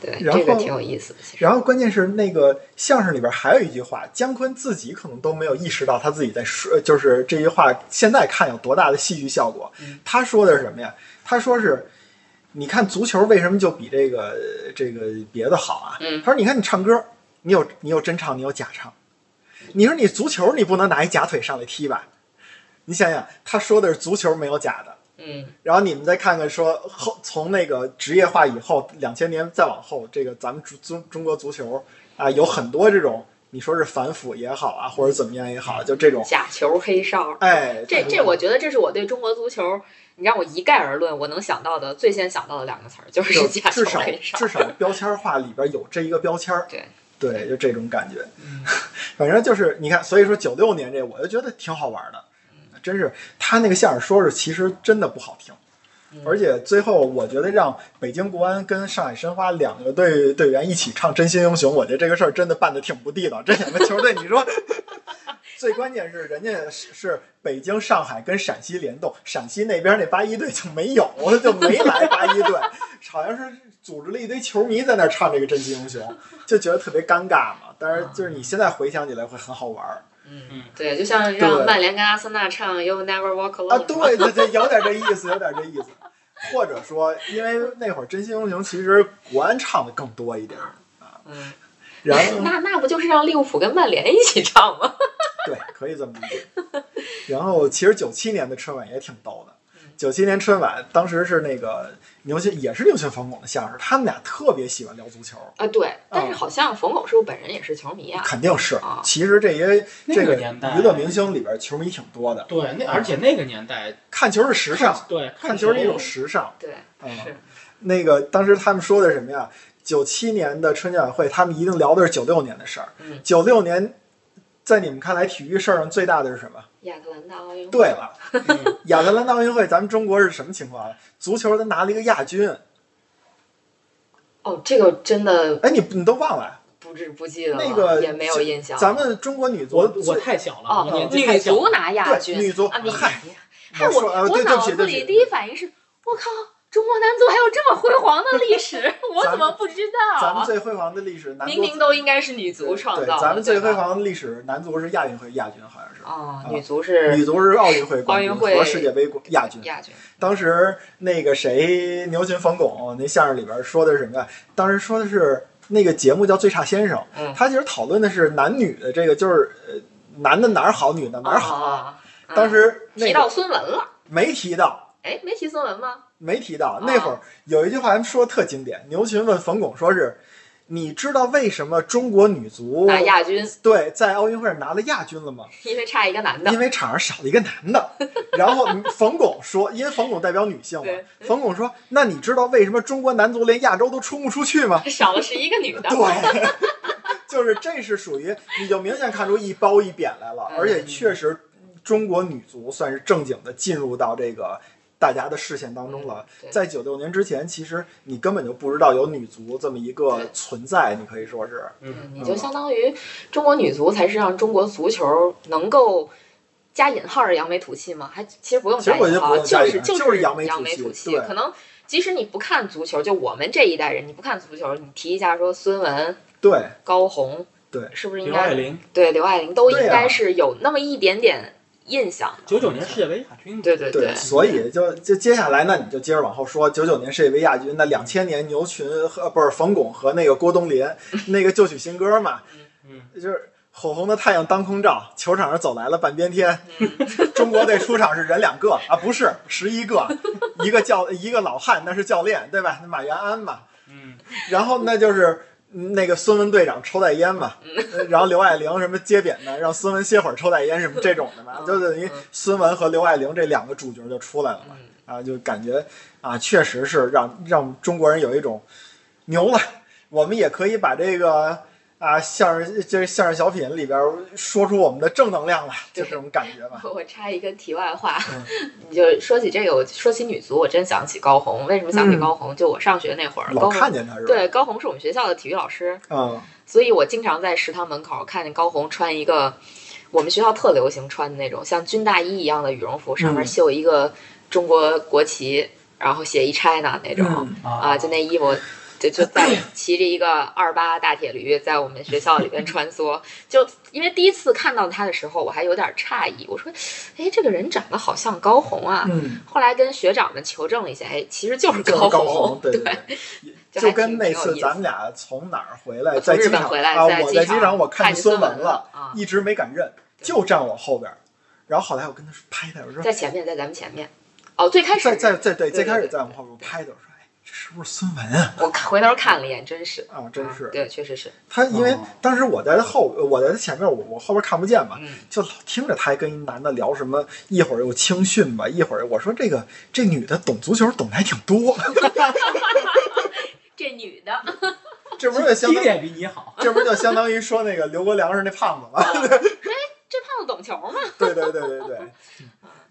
Speaker 1: 对，
Speaker 2: 然后
Speaker 1: 这个挺有意思的。其实
Speaker 2: 然后关键是那个相声里边还有一句话，姜昆自己可能都没有意识到他自己在说，就是这句话现在看有多大的戏剧效果
Speaker 1: 嗯。
Speaker 2: 他说的是什么呀？他说是。你看足球为什么就比这个这个别的好啊？
Speaker 1: 嗯
Speaker 2: 他说：“你看你唱歌，你有你有真唱，你有假唱。你说你足球，你不能拿一假腿上来踢吧？你想想，他说的是足球没有假的，
Speaker 1: 嗯，
Speaker 2: 然后你们再看看说后从那个职业化以后，两千年再往后，这个咱们足中中国足球啊、有很多这种你说是反腐也好啊，或者怎么样也好，就这种
Speaker 1: 假球黑哨，
Speaker 2: 哎，
Speaker 1: 这
Speaker 2: 就是
Speaker 1: 这我觉得这是我对中国足球，你让我一概而论，我能想到的最先想到的两个词儿就是
Speaker 2: 就
Speaker 1: 假
Speaker 2: 至
Speaker 1: 球
Speaker 2: 少
Speaker 1: 黑哨。
Speaker 2: 至少标签化里边有这一个标签儿，
Speaker 1: 对
Speaker 2: 对，就这种感觉。 (laughs) 反正就是你看，所以说九六年这我就觉得挺好玩的，真是他那个相声说是其实真的不好听
Speaker 1: 嗯。
Speaker 2: 而且最后，我觉得让北京国安跟上海申花两个队队员一起唱《真心英雄》，我觉得这个事儿真的办的挺不地道。这两个球队，你说，最关键是人家是是北京、上海跟陕西联动，陕西那边那八一队就没有，就没来八一队， (laughs) 好像是组织了一堆球迷在那儿唱这个《真心英雄》，就觉得特别尴尬嘛。但是就是你现在回想起来会很好玩儿
Speaker 1: 嗯
Speaker 3: 嗯，
Speaker 1: 对，就像让
Speaker 2: 对
Speaker 1: 曼联跟阿森纳唱《You Never Walk Alone
Speaker 2: 啊，》
Speaker 1: 是吧，
Speaker 2: 对对对，有点这意思，有点这意思。或者说，因为那会儿《真心英雄》其实国安唱的更多一点儿，
Speaker 1: 嗯，
Speaker 2: 然后 (laughs)
Speaker 1: 那那不就是让利物浦跟曼联一起唱吗？
Speaker 2: 对，可以这么理解。然后其实九七年的春晚也挺逗的。九七年春晚当时是那个牛群，也是牛群冯巩的相声，他们俩特别喜欢聊足球，
Speaker 1: 啊，对，但
Speaker 2: 嗯
Speaker 1: 是好像冯巩是不是本人也是球迷啊？
Speaker 2: 肯定是
Speaker 1: 啊。
Speaker 2: 其实这些
Speaker 3: 那
Speaker 2: 这
Speaker 3: 个
Speaker 2: 个
Speaker 3: 年代
Speaker 2: 娱乐明星里边球迷挺多的，
Speaker 3: 对，那而且那个年代，
Speaker 2: 看球是时尚，
Speaker 3: 对，
Speaker 2: 看球是一种时尚。
Speaker 1: 对，
Speaker 2: 嗯
Speaker 1: 是，
Speaker 2: 那个当时他们说的是什么呀？九七年的春节晚会，他们一定聊的是九六年的事儿
Speaker 1: 嗯。
Speaker 2: 九六年，在你们看来，体育事儿上最大的是什么？
Speaker 1: 亚特兰大奥运会。
Speaker 2: 对了， (laughs)
Speaker 3: 嗯
Speaker 2: 亚特兰大奥运会，咱们中国是什么情况啊？足球他拿了一个亚军，
Speaker 1: 哦，这个真的
Speaker 2: 哎，你你都忘了？
Speaker 1: 不知不记得了，
Speaker 2: 那个
Speaker 1: 也没有印象。
Speaker 2: 咱们中国女足，
Speaker 3: 我我太小了，
Speaker 1: 哦
Speaker 3: 我年，纪
Speaker 1: 女
Speaker 3: 太小
Speaker 1: 足
Speaker 3: 了。
Speaker 1: 拿亚军，
Speaker 2: 对女足
Speaker 1: 啊，你
Speaker 2: 嗨
Speaker 1: 你
Speaker 2: 我
Speaker 1: 嗨，我
Speaker 2: 说啊对对不
Speaker 1: 脑
Speaker 2: 起
Speaker 1: 子
Speaker 2: 对不起
Speaker 1: 里第一反应是，我靠，中国男足还有这么辉煌
Speaker 2: (laughs)
Speaker 1: 的历史，我
Speaker 2: 咱
Speaker 1: 怎么不知道
Speaker 2: 咱们
Speaker 1: 啊？
Speaker 2: 最辉煌的历史，男
Speaker 1: 明
Speaker 2: 足
Speaker 1: 明都应该是女足创造
Speaker 2: 对，
Speaker 1: 的，
Speaker 2: 咱们最辉
Speaker 1: 对吧。
Speaker 2: 煌的历史，男足是亚运会亚军，好像是。
Speaker 1: 哦，
Speaker 2: 啊
Speaker 1: 女足是
Speaker 2: 女足是奥运会冠军
Speaker 1: 奥运会
Speaker 2: 和世界杯冠亚军。
Speaker 1: 亚军，
Speaker 2: 当时那个谁，牛群冯巩那相声里边说的是什么呀？当时说的是那个节目叫《最差先生》，
Speaker 1: 嗯
Speaker 2: 他其实讨论的是男女的这个，就是呃，男的哪儿好，女的哪儿好。
Speaker 1: 啊。啊
Speaker 2: 当时那
Speaker 1: 提
Speaker 2: 个
Speaker 1: 到孙文了，
Speaker 2: 没提到，
Speaker 1: 哎，没提孙文吗？
Speaker 2: 没提到
Speaker 1: 啊。
Speaker 2: 那会儿有一句话，他们说的特经典。牛群问冯巩说是：“你知道为什么中国女足
Speaker 1: 拿亚军，
Speaker 2: 对在奥运会上拿了亚军了吗？
Speaker 1: 因为差一个男的
Speaker 2: 因。为场上少了一个
Speaker 1: (laughs)
Speaker 2: 男的。”然后冯巩说：“因为冯巩代表女性嘛
Speaker 1: 对。”
Speaker 2: 冯巩说：“那你知道为什么中国男足连亚洲都冲不出去吗
Speaker 1: 少了十一个女？”
Speaker 2: (laughs)
Speaker 1: 的，
Speaker 2: 对。就是这是属于，你就明显看出一褒一贬来了，
Speaker 1: 嗯
Speaker 2: 而且确实，中国女足算是正经的进入到这个大家的视线当中了。
Speaker 1: 嗯对
Speaker 2: 在九六年之前，其实你根本就不知道有女足这么一个
Speaker 1: 对
Speaker 2: 存在，你可以说是
Speaker 1: 嗯
Speaker 3: 嗯，
Speaker 1: 你就相当于中国女足才是让中国足球能够加引号的扬眉吐气吗？还其实不用
Speaker 2: 其实
Speaker 1: 加
Speaker 2: 我
Speaker 1: 引
Speaker 2: 觉得
Speaker 1: 号，
Speaker 2: 不用加
Speaker 1: 是
Speaker 2: 引号
Speaker 1: 就
Speaker 2: 就是是
Speaker 1: 扬
Speaker 2: 扬
Speaker 1: 眉
Speaker 2: 眉吐气
Speaker 1: 吐气。
Speaker 2: 对
Speaker 1: 可能即使你不看足球，就我们这一代人，你不看足球，你提一下说孙文、
Speaker 2: 对
Speaker 1: 高红，
Speaker 2: 对
Speaker 1: 是不是应
Speaker 3: 刘爱
Speaker 1: 该
Speaker 3: 玲，
Speaker 1: 对刘爱玲都应
Speaker 2: 对啊
Speaker 1: 该是有那么一点点印象的？
Speaker 3: 九九年世界杯亚军，
Speaker 1: 对对对，
Speaker 2: 所以就就接下来，那你就接着往后说，九九年世界杯亚军，那两千年牛群和呃不是冯巩和那个
Speaker 1: (laughs)
Speaker 2: 郭冬临那个就曲新歌嘛，
Speaker 3: 嗯，
Speaker 2: 就是火红的太阳当空照，球场上走来了半边天，
Speaker 1: 嗯
Speaker 2: 中国队出场是人两个啊，不是十
Speaker 1: (laughs)
Speaker 2: 一个，一个教一个老汉那是教练对吧？那马元安嘛，
Speaker 3: 嗯，
Speaker 2: 然后那就是嗯那个孙文队长抽袋烟嘛，
Speaker 1: 嗯
Speaker 2: 呃然后刘爱玲什么接扁担，让孙文歇会儿抽袋烟什么这种的嘛，
Speaker 1: 嗯
Speaker 2: 就等于
Speaker 1: 嗯
Speaker 2: 孙文和刘爱玲这两个主角就出来了嘛，
Speaker 1: 嗯
Speaker 2: 啊，就感觉啊，确实是让让中国人有一种牛了，我们也可以把这个。啊，相声这相声小品里边说出我们的正能量来，就
Speaker 1: 对
Speaker 2: 这种感觉吧。
Speaker 1: (laughs) 我我插一个题外话，
Speaker 2: 嗯
Speaker 1: (laughs) 你就说起这个，我说起女足，我真想起高红。为什么想起
Speaker 2: 嗯
Speaker 1: 高红？就我上学那会儿，
Speaker 2: 老
Speaker 1: 高
Speaker 2: 看
Speaker 1: 红
Speaker 2: 见他是吧？，
Speaker 1: 对高红是我们学校的体育老师，
Speaker 2: 嗯，
Speaker 1: 所以我经常在食堂门口看见高红穿一个我们学校特流行穿的那种像军大衣一样的羽绒服，上面
Speaker 2: 嗯
Speaker 1: 绣一个中国国旗，然后写一 China 那种、
Speaker 2: 嗯
Speaker 1: 啊，就那衣服。就就
Speaker 2: (coughs)
Speaker 1: 在骑着一个二八大铁驴在我们学校里边穿梭，就因为第一次看到他的时候，我还有点诧异，我说，哎，这个人长得好像高红啊。
Speaker 2: 嗯，
Speaker 1: 后来跟学长们求证了一下，哎，其实就是
Speaker 2: 就是
Speaker 1: 高
Speaker 2: 高红，对
Speaker 1: 对
Speaker 2: 对对，
Speaker 1: 就
Speaker 2: 就
Speaker 1: 还
Speaker 2: 跟
Speaker 1: 挺
Speaker 2: 那
Speaker 1: 挺有
Speaker 2: 次
Speaker 1: 意
Speaker 2: 咱
Speaker 1: 思
Speaker 2: 们俩从哪儿回来，
Speaker 1: 我从
Speaker 2: 在
Speaker 1: 日
Speaker 2: 机
Speaker 1: 本
Speaker 2: 场
Speaker 1: 回来
Speaker 2: 啊，
Speaker 1: 在
Speaker 2: 我在
Speaker 1: 机
Speaker 2: 场我
Speaker 1: 看
Speaker 2: 看
Speaker 1: 见
Speaker 2: 见孙
Speaker 1: 文
Speaker 2: 文了，
Speaker 1: 啊，
Speaker 2: 一直没敢认，
Speaker 1: 啊
Speaker 2: 一直站我后边儿。然后后来我跟他说拍他，我说
Speaker 1: 在前面，在咱们前面。哦，最开始
Speaker 2: 在在在
Speaker 1: 对
Speaker 2: 对，最开始
Speaker 1: 对
Speaker 2: 在我们后边我拍的，我说哎，这是不是孙文啊？
Speaker 1: 我看回头看了一眼，真是，
Speaker 2: 啊，真
Speaker 1: 啊
Speaker 2: 是
Speaker 1: 对，确实是，
Speaker 2: 他，因为
Speaker 3: 哦
Speaker 2: 当时我在他后，我在他前面，我我后边看不见嘛，
Speaker 1: 嗯，
Speaker 2: 就老听着他跟一男的聊什么，一会儿又青训吧，一会儿我说这个这女的懂足球懂得还挺多， (laughs)
Speaker 1: 这女的，
Speaker 2: 这不是就相
Speaker 4: 第一
Speaker 2: 当于
Speaker 4: 点比你好，
Speaker 2: 这不是就相当于说那个刘国梁是那胖子吗？
Speaker 1: 这胖子懂球吗？
Speaker 2: (laughs) 对对对对对，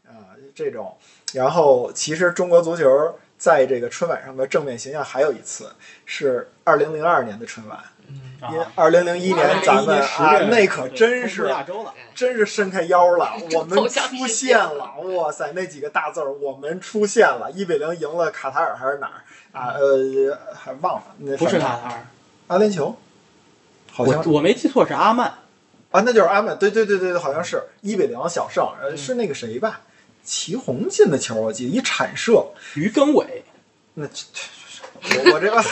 Speaker 2: 啊，这种。然后其实中国足球在这个春晚上的正面形象还有一次是二零零二年的春晚，
Speaker 1: 嗯，
Speaker 2: 因为
Speaker 3: 啊，
Speaker 2: 二零零一年咱们啊那可真
Speaker 3: 冲出
Speaker 2: 是
Speaker 3: 亚洲了，
Speaker 2: 真是伸开腰了， (laughs) 我们
Speaker 1: 走向世界
Speaker 2: 出现了，哇塞，那几个大字儿，我们出现了，一比零赢了卡塔尔还是哪儿啊？呃，还忘了，那
Speaker 3: 不
Speaker 2: 反
Speaker 3: 是
Speaker 2: 正
Speaker 3: 卡塔尔，
Speaker 2: 阿联酋，好像
Speaker 3: 我我没记错是阿曼，
Speaker 2: 啊，那就是阿曼，对对对对对，好像是一比零小胜，呃，
Speaker 3: 嗯
Speaker 2: 是那个谁吧？祁宏进的球，我记得一铲射，
Speaker 3: 于根伟，
Speaker 2: 那这这这我我这边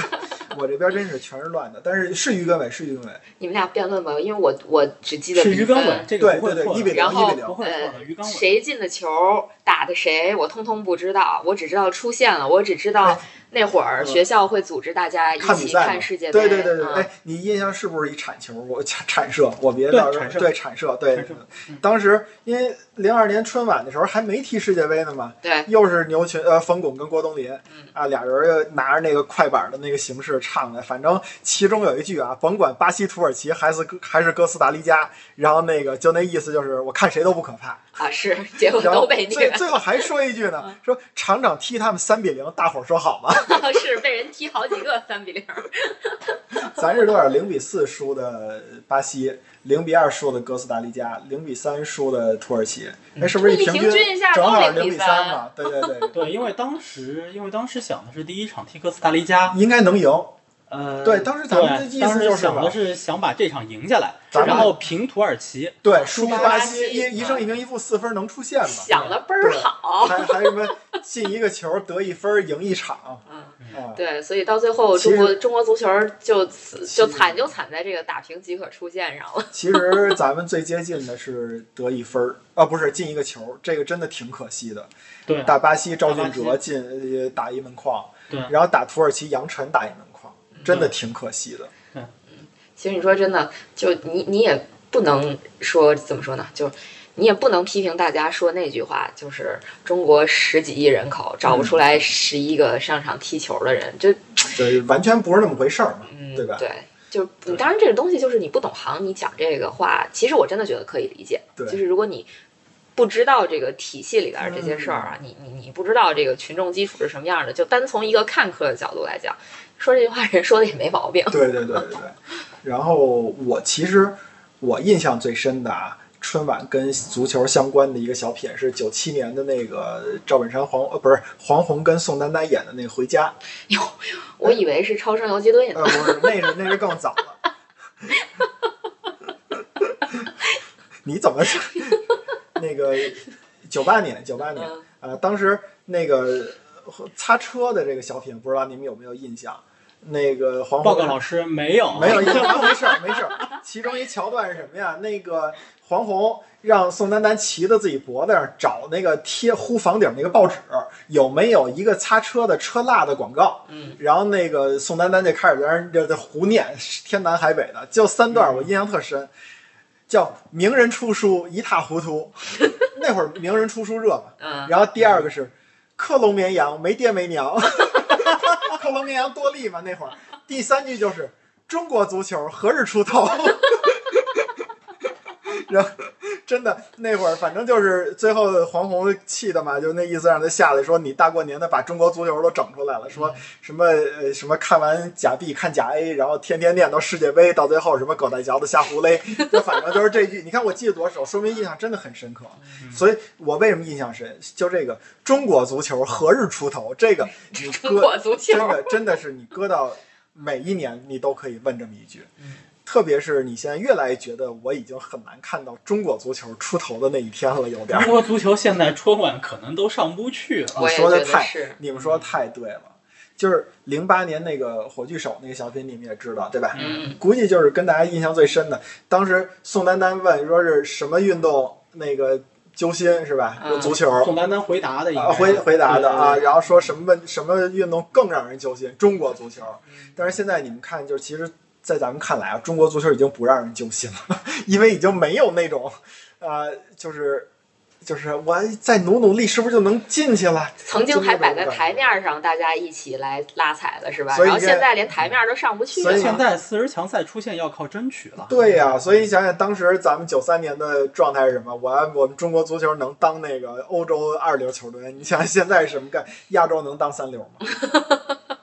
Speaker 2: 我这边真是全是乱的，但是是于根伟，是于根伟，
Speaker 1: 你们俩辩论吧，因为我我只记得
Speaker 3: 是
Speaker 1: 比
Speaker 3: 于根
Speaker 1: 分
Speaker 3: 伟，这个
Speaker 2: 对
Speaker 3: 不会
Speaker 2: 对对，
Speaker 3: 错
Speaker 2: 一比
Speaker 3: 的，
Speaker 2: 零
Speaker 1: 然
Speaker 2: 一
Speaker 1: 后呃
Speaker 2: 比
Speaker 3: 不
Speaker 2: 零，
Speaker 3: 会错的，于根伟。
Speaker 1: 谁进的球，打的谁，我通通不知道，我只知道出现了，我只知道那会儿
Speaker 2: 嗯
Speaker 1: 学校会组织大家一
Speaker 2: 看比
Speaker 1: 起
Speaker 2: 赛嘛
Speaker 1: 看世界杯，
Speaker 2: 对对对对，
Speaker 1: 嗯
Speaker 2: 哎，你印象是不是一铲球？我铲铲射，我别
Speaker 3: 对
Speaker 2: 到时
Speaker 3: 铲射
Speaker 2: 候对铲射，对
Speaker 3: 铲射嗯。
Speaker 2: 当时因为零二年春晚的时候还没踢世界杯呢嘛，
Speaker 1: 对，
Speaker 2: 又是牛群呃冯巩跟郭冬临
Speaker 1: 嗯
Speaker 2: 啊，俩人又拿着那个快板的那个形式唱的，反正其中有一句啊，甭管巴西、土耳其还是哥还是哥斯达黎加，然后那个就那意思就是我看谁都不可怕，
Speaker 1: 啊是，结果
Speaker 2: 然
Speaker 1: 都
Speaker 2: 后
Speaker 1: 被
Speaker 2: 最
Speaker 1: 虐，嗯
Speaker 2: 最后还说一句呢，说厂长踢他们三比零，大伙儿说好
Speaker 1: (laughs)
Speaker 2: 吗？
Speaker 1: 是被人踢好几个三比零，
Speaker 2: 咱是多少？零比四输的巴西，零比二输的哥斯达黎加，零比三输的土耳其，哎，是不是
Speaker 1: 一
Speaker 2: 平
Speaker 1: 嗯平均一下
Speaker 2: 正
Speaker 1: 都
Speaker 2: 好零
Speaker 1: 零
Speaker 2: 比
Speaker 1: 比
Speaker 2: 三
Speaker 1: 三
Speaker 2: 嘛？对对对，
Speaker 3: 对，因为当时因为当时想的是第一场踢哥斯达黎加，
Speaker 2: 应该能赢。
Speaker 3: 呃，
Speaker 2: 对当时咱们的
Speaker 3: 对
Speaker 2: 意思
Speaker 3: 当时
Speaker 2: 就是
Speaker 3: 想
Speaker 2: 吧
Speaker 3: 的是想把这场赢下来，
Speaker 2: 咱们
Speaker 3: 然后平土耳其，
Speaker 2: 对，
Speaker 1: 输
Speaker 2: 输
Speaker 1: 巴
Speaker 2: 巴
Speaker 1: 西
Speaker 2: 一一胜一平一负，四分能出线嘛？
Speaker 1: 想的倍儿好，
Speaker 2: 还还什么进一个球得一分赢一场啊？
Speaker 1: 嗯。对，所以到最后，
Speaker 2: 其
Speaker 1: 中
Speaker 2: 实
Speaker 1: 国中国足球就死就
Speaker 2: 其实
Speaker 1: 惨就惨在这个打平即可出线上了。 (laughs)
Speaker 2: 啊其实咱们最接近的是得一分儿啊，不是进一个球，这个真的挺可惜的。
Speaker 3: 对
Speaker 2: 打巴西赵俊
Speaker 3: 打
Speaker 2: 哲
Speaker 3: 巴
Speaker 2: 进呃打一门框，
Speaker 3: 对
Speaker 2: 然后打土耳其杨晨打一门框，真的挺可惜的。
Speaker 1: 其实你说真的，就你你也不能说怎么说呢，就你也不能批评大家说那句话，就是中国十几亿人口找不出来十一个上场踢球的人，就
Speaker 2: 对，完全不是那么回事儿嘛，
Speaker 1: 嗯
Speaker 2: 对吧？
Speaker 1: 对。就你当然这个东西就是你不懂行，你讲这个话，其实我真的觉得可以理解。
Speaker 2: 对
Speaker 1: 就是如果你不知道这个体系里边儿这些事儿啊，
Speaker 2: 嗯
Speaker 1: 你你你不知道这个群众基础是什么样的，就单从一个看客的角度来讲，说这句话人说的也没毛 (laughs) 病。
Speaker 2: 对对对对对。然后我其实我印象最深的啊，春晚跟足球相关的一个小品是九七年的那个赵本山黄呃不是黄宏跟宋丹丹演的那个《回家
Speaker 1: 我以为是超生游击队》，呢
Speaker 2: 呃，不是那是那是更早了。你怎么 (laughs) 那个九八年九八年
Speaker 1: 嗯
Speaker 2: 呃，当时那个呃擦车的这个小品，不知道你们有没有印象？那个黄宏
Speaker 3: 报告老师没有，
Speaker 2: 没有，一条没事儿，没事儿。其中一桥段是什么呀？那个黄宏让宋丹丹骑到自己脖子上找那个贴糊房顶那个报纸，有没有一个擦车的车蜡的广告？
Speaker 1: 嗯，
Speaker 2: 然后那个宋丹丹就开始在那儿就就胡念天南海北的，就三段我印象特深，叫“名人出书一塌糊涂”，那会儿名人出书热嘛。
Speaker 1: 嗯，
Speaker 2: 然后第二个是克隆绵羊没爹没娘，克隆绵羊多利嘛那会儿。第三句就是中国足球何日出头？ (laughs) 然后真的那会儿，反正就是最后黄宏气的嘛，就那意思让他下来说你大过年的把中国足球都整出来了，说什么呃什么看完甲 B 看甲 A，然后天天念到世界杯，到最后什么狗带嚼子瞎
Speaker 1: (laughs)
Speaker 2: 胡勒，就反正就是这句。你看我记得多少，说明印象真的很深刻。所以我为什么印象深？就这个中国足球何日出头？这个你
Speaker 1: 中
Speaker 2: 搁
Speaker 1: 国足球
Speaker 2: 真的真的是你搁到每一年，你都可以问这么一句
Speaker 1: 嗯。
Speaker 2: 特别是你现在越来越觉得我已经很难看到中国足球出头的那一天了，有点
Speaker 3: 中
Speaker 2: 儿。
Speaker 3: 国足球现在春晚可能都上不去了。
Speaker 1: 我也
Speaker 2: 说
Speaker 1: 觉得
Speaker 2: 得太
Speaker 1: 是，
Speaker 2: 你们说的太对了，就是零八年那个火炬手那个小品，你们也知道对吧？
Speaker 1: 嗯，
Speaker 2: 估计就是跟大家印象最深的。当时宋丹丹问说是什么运动那个揪心是吧？
Speaker 1: 嗯
Speaker 2: 有足球。
Speaker 3: 宋丹丹回答的应该
Speaker 2: 啊，
Speaker 3: 是
Speaker 2: 回回答的啊，
Speaker 3: 对对对
Speaker 2: 然后说什么问什么运动更让人揪心？中国足球。
Speaker 1: 嗯
Speaker 2: 但是现在你们看，就是其实，在咱们看来啊，中国足球已经不让人揪心了， (laughs) 因为已经没有那种，呃，就是就是我再努努力，是不是就能进去了？
Speaker 1: 曾经还摆在台面上，大家一起来拉踩的是吧？
Speaker 2: 所以
Speaker 1: 然后
Speaker 2: 这
Speaker 1: 现在连台面都上不去
Speaker 2: 所以
Speaker 3: 现
Speaker 1: 了。
Speaker 3: 在四十强赛出现要靠争取了。
Speaker 2: 对呀、所以你想想，当时咱们九三年的状态是什么？我我们中国足球能当那个欧洲二流球队，你想想现在是什么概念？亚洲能当三流吗？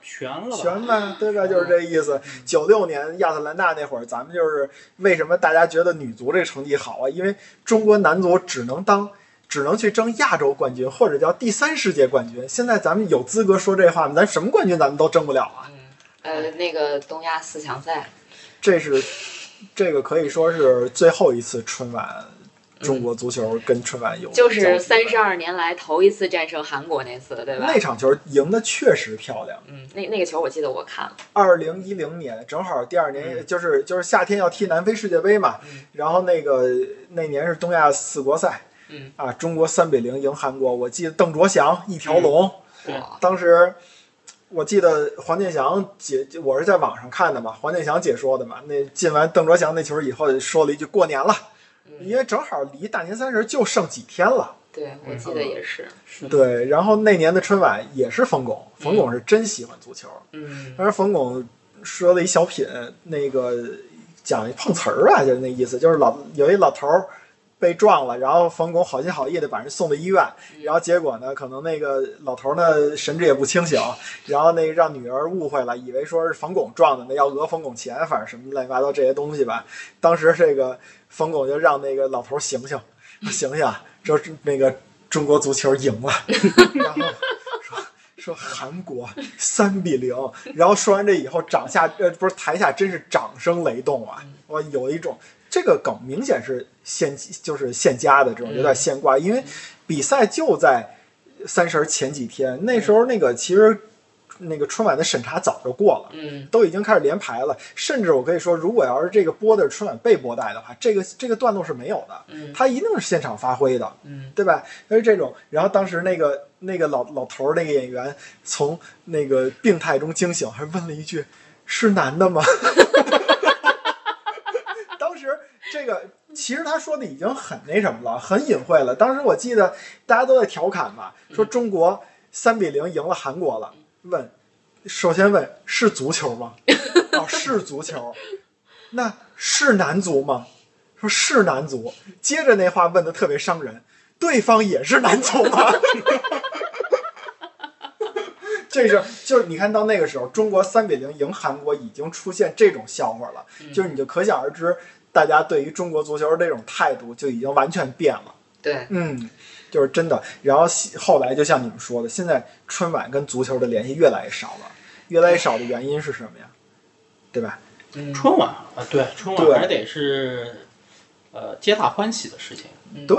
Speaker 3: 悬了吧？
Speaker 2: 全呗，对吧？就是这意思。九六年亚特兰大那会儿，咱们就是为什么大家觉得女足这个成绩好啊？因为中国男足只能当。只能去争亚洲冠军，或者叫第三世界冠军。现在咱们有资格说这话吗？咱什么冠军咱们都争不了啊！
Speaker 1: 呃，那个东亚四强赛，
Speaker 2: 这是这个可以说是最后一次春晚，中
Speaker 1: 嗯
Speaker 2: 国足球跟春晚有
Speaker 1: 就
Speaker 2: 交集
Speaker 1: 是
Speaker 2: 吧
Speaker 1: 三十二年来头一次战胜韩国那次，对吧？
Speaker 2: 那场球赢得确实漂亮。
Speaker 1: 嗯，那那个球我记得我看了，
Speaker 2: 二零一零年正好第二年，就是就是夏天要踢南非世界杯嘛，
Speaker 1: 嗯
Speaker 2: 然后那个那年是东亚四国赛，
Speaker 1: 嗯
Speaker 2: 啊，中国三比零赢韩国，我记得邓卓翔一条
Speaker 1: 嗯
Speaker 2: 龙，
Speaker 3: 对
Speaker 1: 哇
Speaker 2: 当时我记得黄健翔解，我是在网上看的嘛，黄健翔解说的嘛。那进完邓卓翔那球以后，说了一句“过年了”，
Speaker 1: 嗯
Speaker 2: 因为正好离大年三十就剩几天了。
Speaker 1: 对
Speaker 2: 嗯
Speaker 1: 我记得也是，
Speaker 3: 是的，
Speaker 2: 对，然后那年的春晚也是冯巩，冯巩是真喜欢足球。
Speaker 1: 嗯
Speaker 2: 当时冯巩说了一小品，那个讲一碰瓷儿吧，就是那意思，就是老有一老头儿被撞了，然后冯巩好心好意的把人送到医院，然后结果呢，可能那个老头儿呢神志也不清醒，然后那个让女儿误会了，以为说是冯巩撞的，那要讹冯巩钱，反正什么乱七八糟这些东西吧。当时这个冯巩就让那个老头儿醒醒，醒醒，这是那个中国足球赢了，然后。说韩国三比零，然后说完这以后，掌下呃不是台下真是掌声雷动啊！
Speaker 1: 嗯
Speaker 2: 我有一种这个梗明显是现就是现加的这
Speaker 1: 嗯
Speaker 2: 种有点现挂，因为比赛就在三十儿前几天，那时候那个其实那个春晚的审查早就过了。
Speaker 1: 嗯，
Speaker 2: 都已经开始连排了，甚至我可以说，如果要是这个播的是春晚被播带的话，这个这个段落是没有的，
Speaker 1: 嗯
Speaker 2: 它一定是现场发挥的，
Speaker 1: 嗯，
Speaker 2: 对吧？就是这种。然后当时那个那个老老头儿那个演员从那个病态中惊醒，还问了一句：“是男的吗？” (laughs) 当时这个其实他说的已经很那什么了，很隐晦了。当时我记得大家都在调侃嘛，说中国三比零赢了韩国了，问首先问是足球吗？哦，是足球。那是男足吗？说是男足。接着那话问的特别伤人，对方也是啊男足吗？这是就是你看到那个时候，中国三比零赢韩国已经出现这种笑话了，就是你就可想而知，大家对于中国足球这种态度就已经完全变了。
Speaker 1: 对，
Speaker 2: 嗯，就是真的。然后西后来就像你们说的，现在春晚跟足球的联系越来越少了，越来越少的原因是什么呀？对吧？
Speaker 1: 嗯
Speaker 3: 春晚啊，对春
Speaker 2: 对
Speaker 3: 晚还得是呃皆大欢喜的事情，
Speaker 1: 嗯
Speaker 2: 对，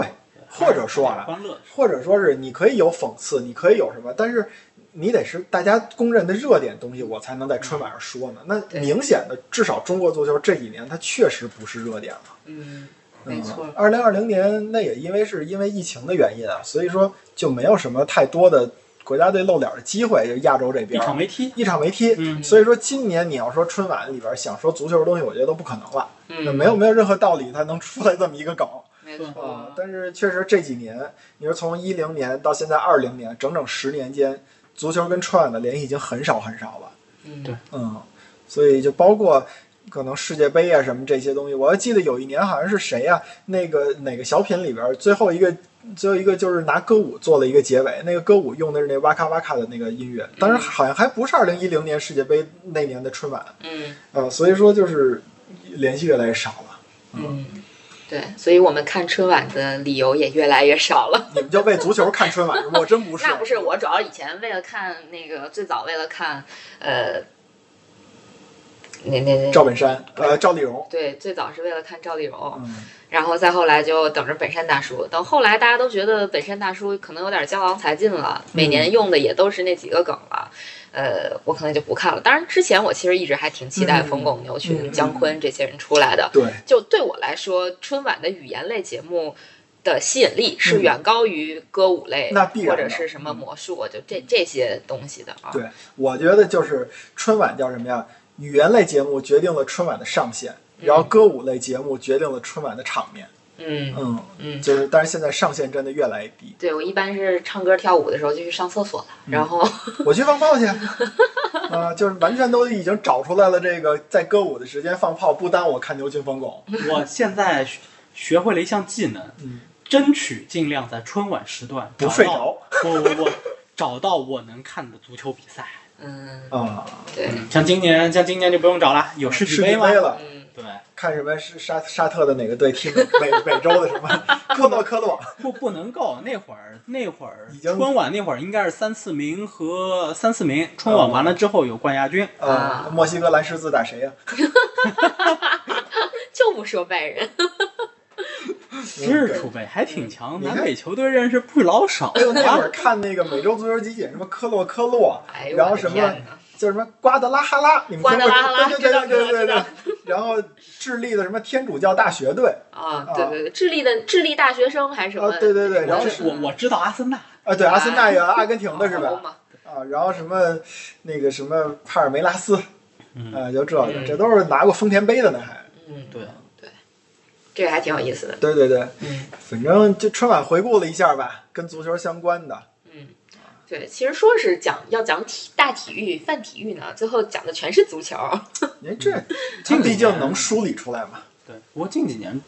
Speaker 2: 或者说
Speaker 3: 还得
Speaker 2: 啊，
Speaker 3: 欢乐的事
Speaker 2: 或者说是你可以有讽刺，你可以有什么，但是你得是大家公认的热点东西，我才能在春晚上说呢。那
Speaker 1: 对
Speaker 2: 明显的，至少中国足球这几年它确实不是热点了。
Speaker 1: 嗯，没错，
Speaker 2: 二零二零年那也因为是因为疫情的原因啊，所以说就没有什么太多的国家队露脸的机会，就亚洲这
Speaker 3: 一
Speaker 2: 边
Speaker 3: 场没踢，
Speaker 2: 一场没踢。
Speaker 3: 嗯，
Speaker 2: 所以说，今年你要说春晚里边想说足球的东西，我觉得都不可能了。那
Speaker 1: 嗯，
Speaker 2: 没有没有任何道理，它能出来这么一个梗。
Speaker 1: 没
Speaker 2: 啊
Speaker 1: 错，，
Speaker 2: 但是确实这几年，你说从一零年到现在二零年，整整十年间，足球跟春晚的联系已经很少很少了。
Speaker 1: 嗯，
Speaker 3: 对
Speaker 2: 嗯，所以就包括可能世界杯啊什么这些东西，我还记得有一年好像是谁呀、那个哪个小品里边最后一个最后一个就是拿歌舞做了一个结尾，那个歌舞用的是那哇咔哇咔的那个音乐，当时好像还不是二零一零年世界杯那年的春晚，
Speaker 1: 嗯
Speaker 2: 呃，所以说就是联系越来越少了。
Speaker 1: 嗯，对，所以我们看春晚的理由也越来越少了。
Speaker 2: 你们就为足球看春晚是吗？我真不是，
Speaker 1: (laughs) 那不是，我主要以前为了看那个，最早为了看，呃，那那那
Speaker 2: 赵本山，呃，赵丽蓉。
Speaker 1: 对，最早是为了看赵丽蓉，
Speaker 2: 嗯，
Speaker 1: 然后再后来就等着本山大叔。等后来大家都觉得本山大叔可能有点江郎才尽了，
Speaker 2: 嗯
Speaker 1: 每年用的也都是那几个梗了，呃，我可能就不看了。当然，之前我其实一直还挺期待
Speaker 2: 嗯
Speaker 1: 冯巩、牛群、
Speaker 2: 嗯
Speaker 1: 姜昆这些人出来的。
Speaker 2: 对，
Speaker 1: 就对我来说，春晚的语言类节目的吸引力是远高于歌舞类、
Speaker 2: 嗯那必然
Speaker 1: 或
Speaker 2: 的嗯
Speaker 1: 者是什么魔术，就这这些东西的啊。
Speaker 2: 对我觉得就是春晚叫什么呀？语言类节目决定了春晚的上限，然后歌舞类节目决定了春晚的场面。
Speaker 1: 嗯
Speaker 2: 嗯，
Speaker 1: 嗯，
Speaker 2: 就是，但是现在上限真的越来越低。
Speaker 1: 对我一般是唱歌跳舞的时候就去上厕所了，
Speaker 2: 嗯
Speaker 1: 然后
Speaker 2: 我去放炮去，啊、啊就是完全都已经找出来了。这个在歌舞的时间放炮，不耽误我看牛群疯狗。
Speaker 3: 我现在学学会了一项技能，
Speaker 2: 嗯，
Speaker 3: 争取尽量在春晚时段
Speaker 2: 不
Speaker 3: 找
Speaker 2: 睡
Speaker 3: 到
Speaker 2: 着
Speaker 3: 不不不，找到我能看的足球比赛。
Speaker 1: 嗯，
Speaker 2: 啊，
Speaker 1: 对，
Speaker 3: 嗯，像今年，像今年就不用找了，有世
Speaker 2: 世
Speaker 3: 俱
Speaker 2: 杯
Speaker 3: 杯吗？
Speaker 2: 了，
Speaker 1: 嗯，
Speaker 3: 对，
Speaker 2: 看什么是沙沙特的哪个队踢美美美洲的什么科洛科洛，
Speaker 3: 不不能够，那会儿那会儿
Speaker 2: 已经
Speaker 3: 春晚那会儿应该是三四名和三四名，春晚完了之后有冠亚军，
Speaker 2: 啊
Speaker 1: 啊，
Speaker 2: 墨西哥蓝十字打谁呀、
Speaker 1: 就不说拜仁，嗯
Speaker 3: 知识
Speaker 2: 对
Speaker 3: 储备还挺强，
Speaker 2: 你看
Speaker 3: 南北球队认识不老少
Speaker 2: 哎呦，那会
Speaker 3: 啊
Speaker 2: 儿。看那个美洲足球集锦，什么科洛科洛，
Speaker 1: 哎呦，
Speaker 2: 然后
Speaker 1: 我的
Speaker 2: 什么
Speaker 1: 天哪，
Speaker 2: 叫什么瓜德拉哈拉，你们听
Speaker 1: 瓜德
Speaker 2: 过？
Speaker 1: 拉哈拉
Speaker 2: 对对对对对对
Speaker 1: 知道
Speaker 2: 对。然后智利的什么天主教大学队，
Speaker 1: 啊，
Speaker 2: 啊
Speaker 1: 对对对，智利的智利大学生还是什么？
Speaker 2: 啊，对对对，然后
Speaker 3: 我
Speaker 1: 是
Speaker 3: 知我我知道阿森纳，
Speaker 2: 啊，对，阿森纳也
Speaker 1: (laughs)
Speaker 2: 阿根廷的是吧？
Speaker 1: 吧？
Speaker 2: 啊，然后什么那个什么帕尔梅拉斯，
Speaker 3: 嗯
Speaker 2: 啊，就这个，
Speaker 1: 嗯
Speaker 2: 这都是拿过丰田杯的呢，还。
Speaker 1: 嗯，
Speaker 3: 对，
Speaker 1: 这个还挺有意思的。
Speaker 2: 对对对，
Speaker 1: 嗯
Speaker 2: 反正就春晚回顾了一下吧，跟足球相关的。
Speaker 1: 嗯，对，其实说是讲要讲体大体育、泛体育呢，最后讲的全是足球。
Speaker 2: 嗯您这
Speaker 3: 这
Speaker 2: 他
Speaker 3: 个
Speaker 2: 毕竟
Speaker 3: 年
Speaker 2: 能梳理出来嘛？
Speaker 3: 对，不过近几年，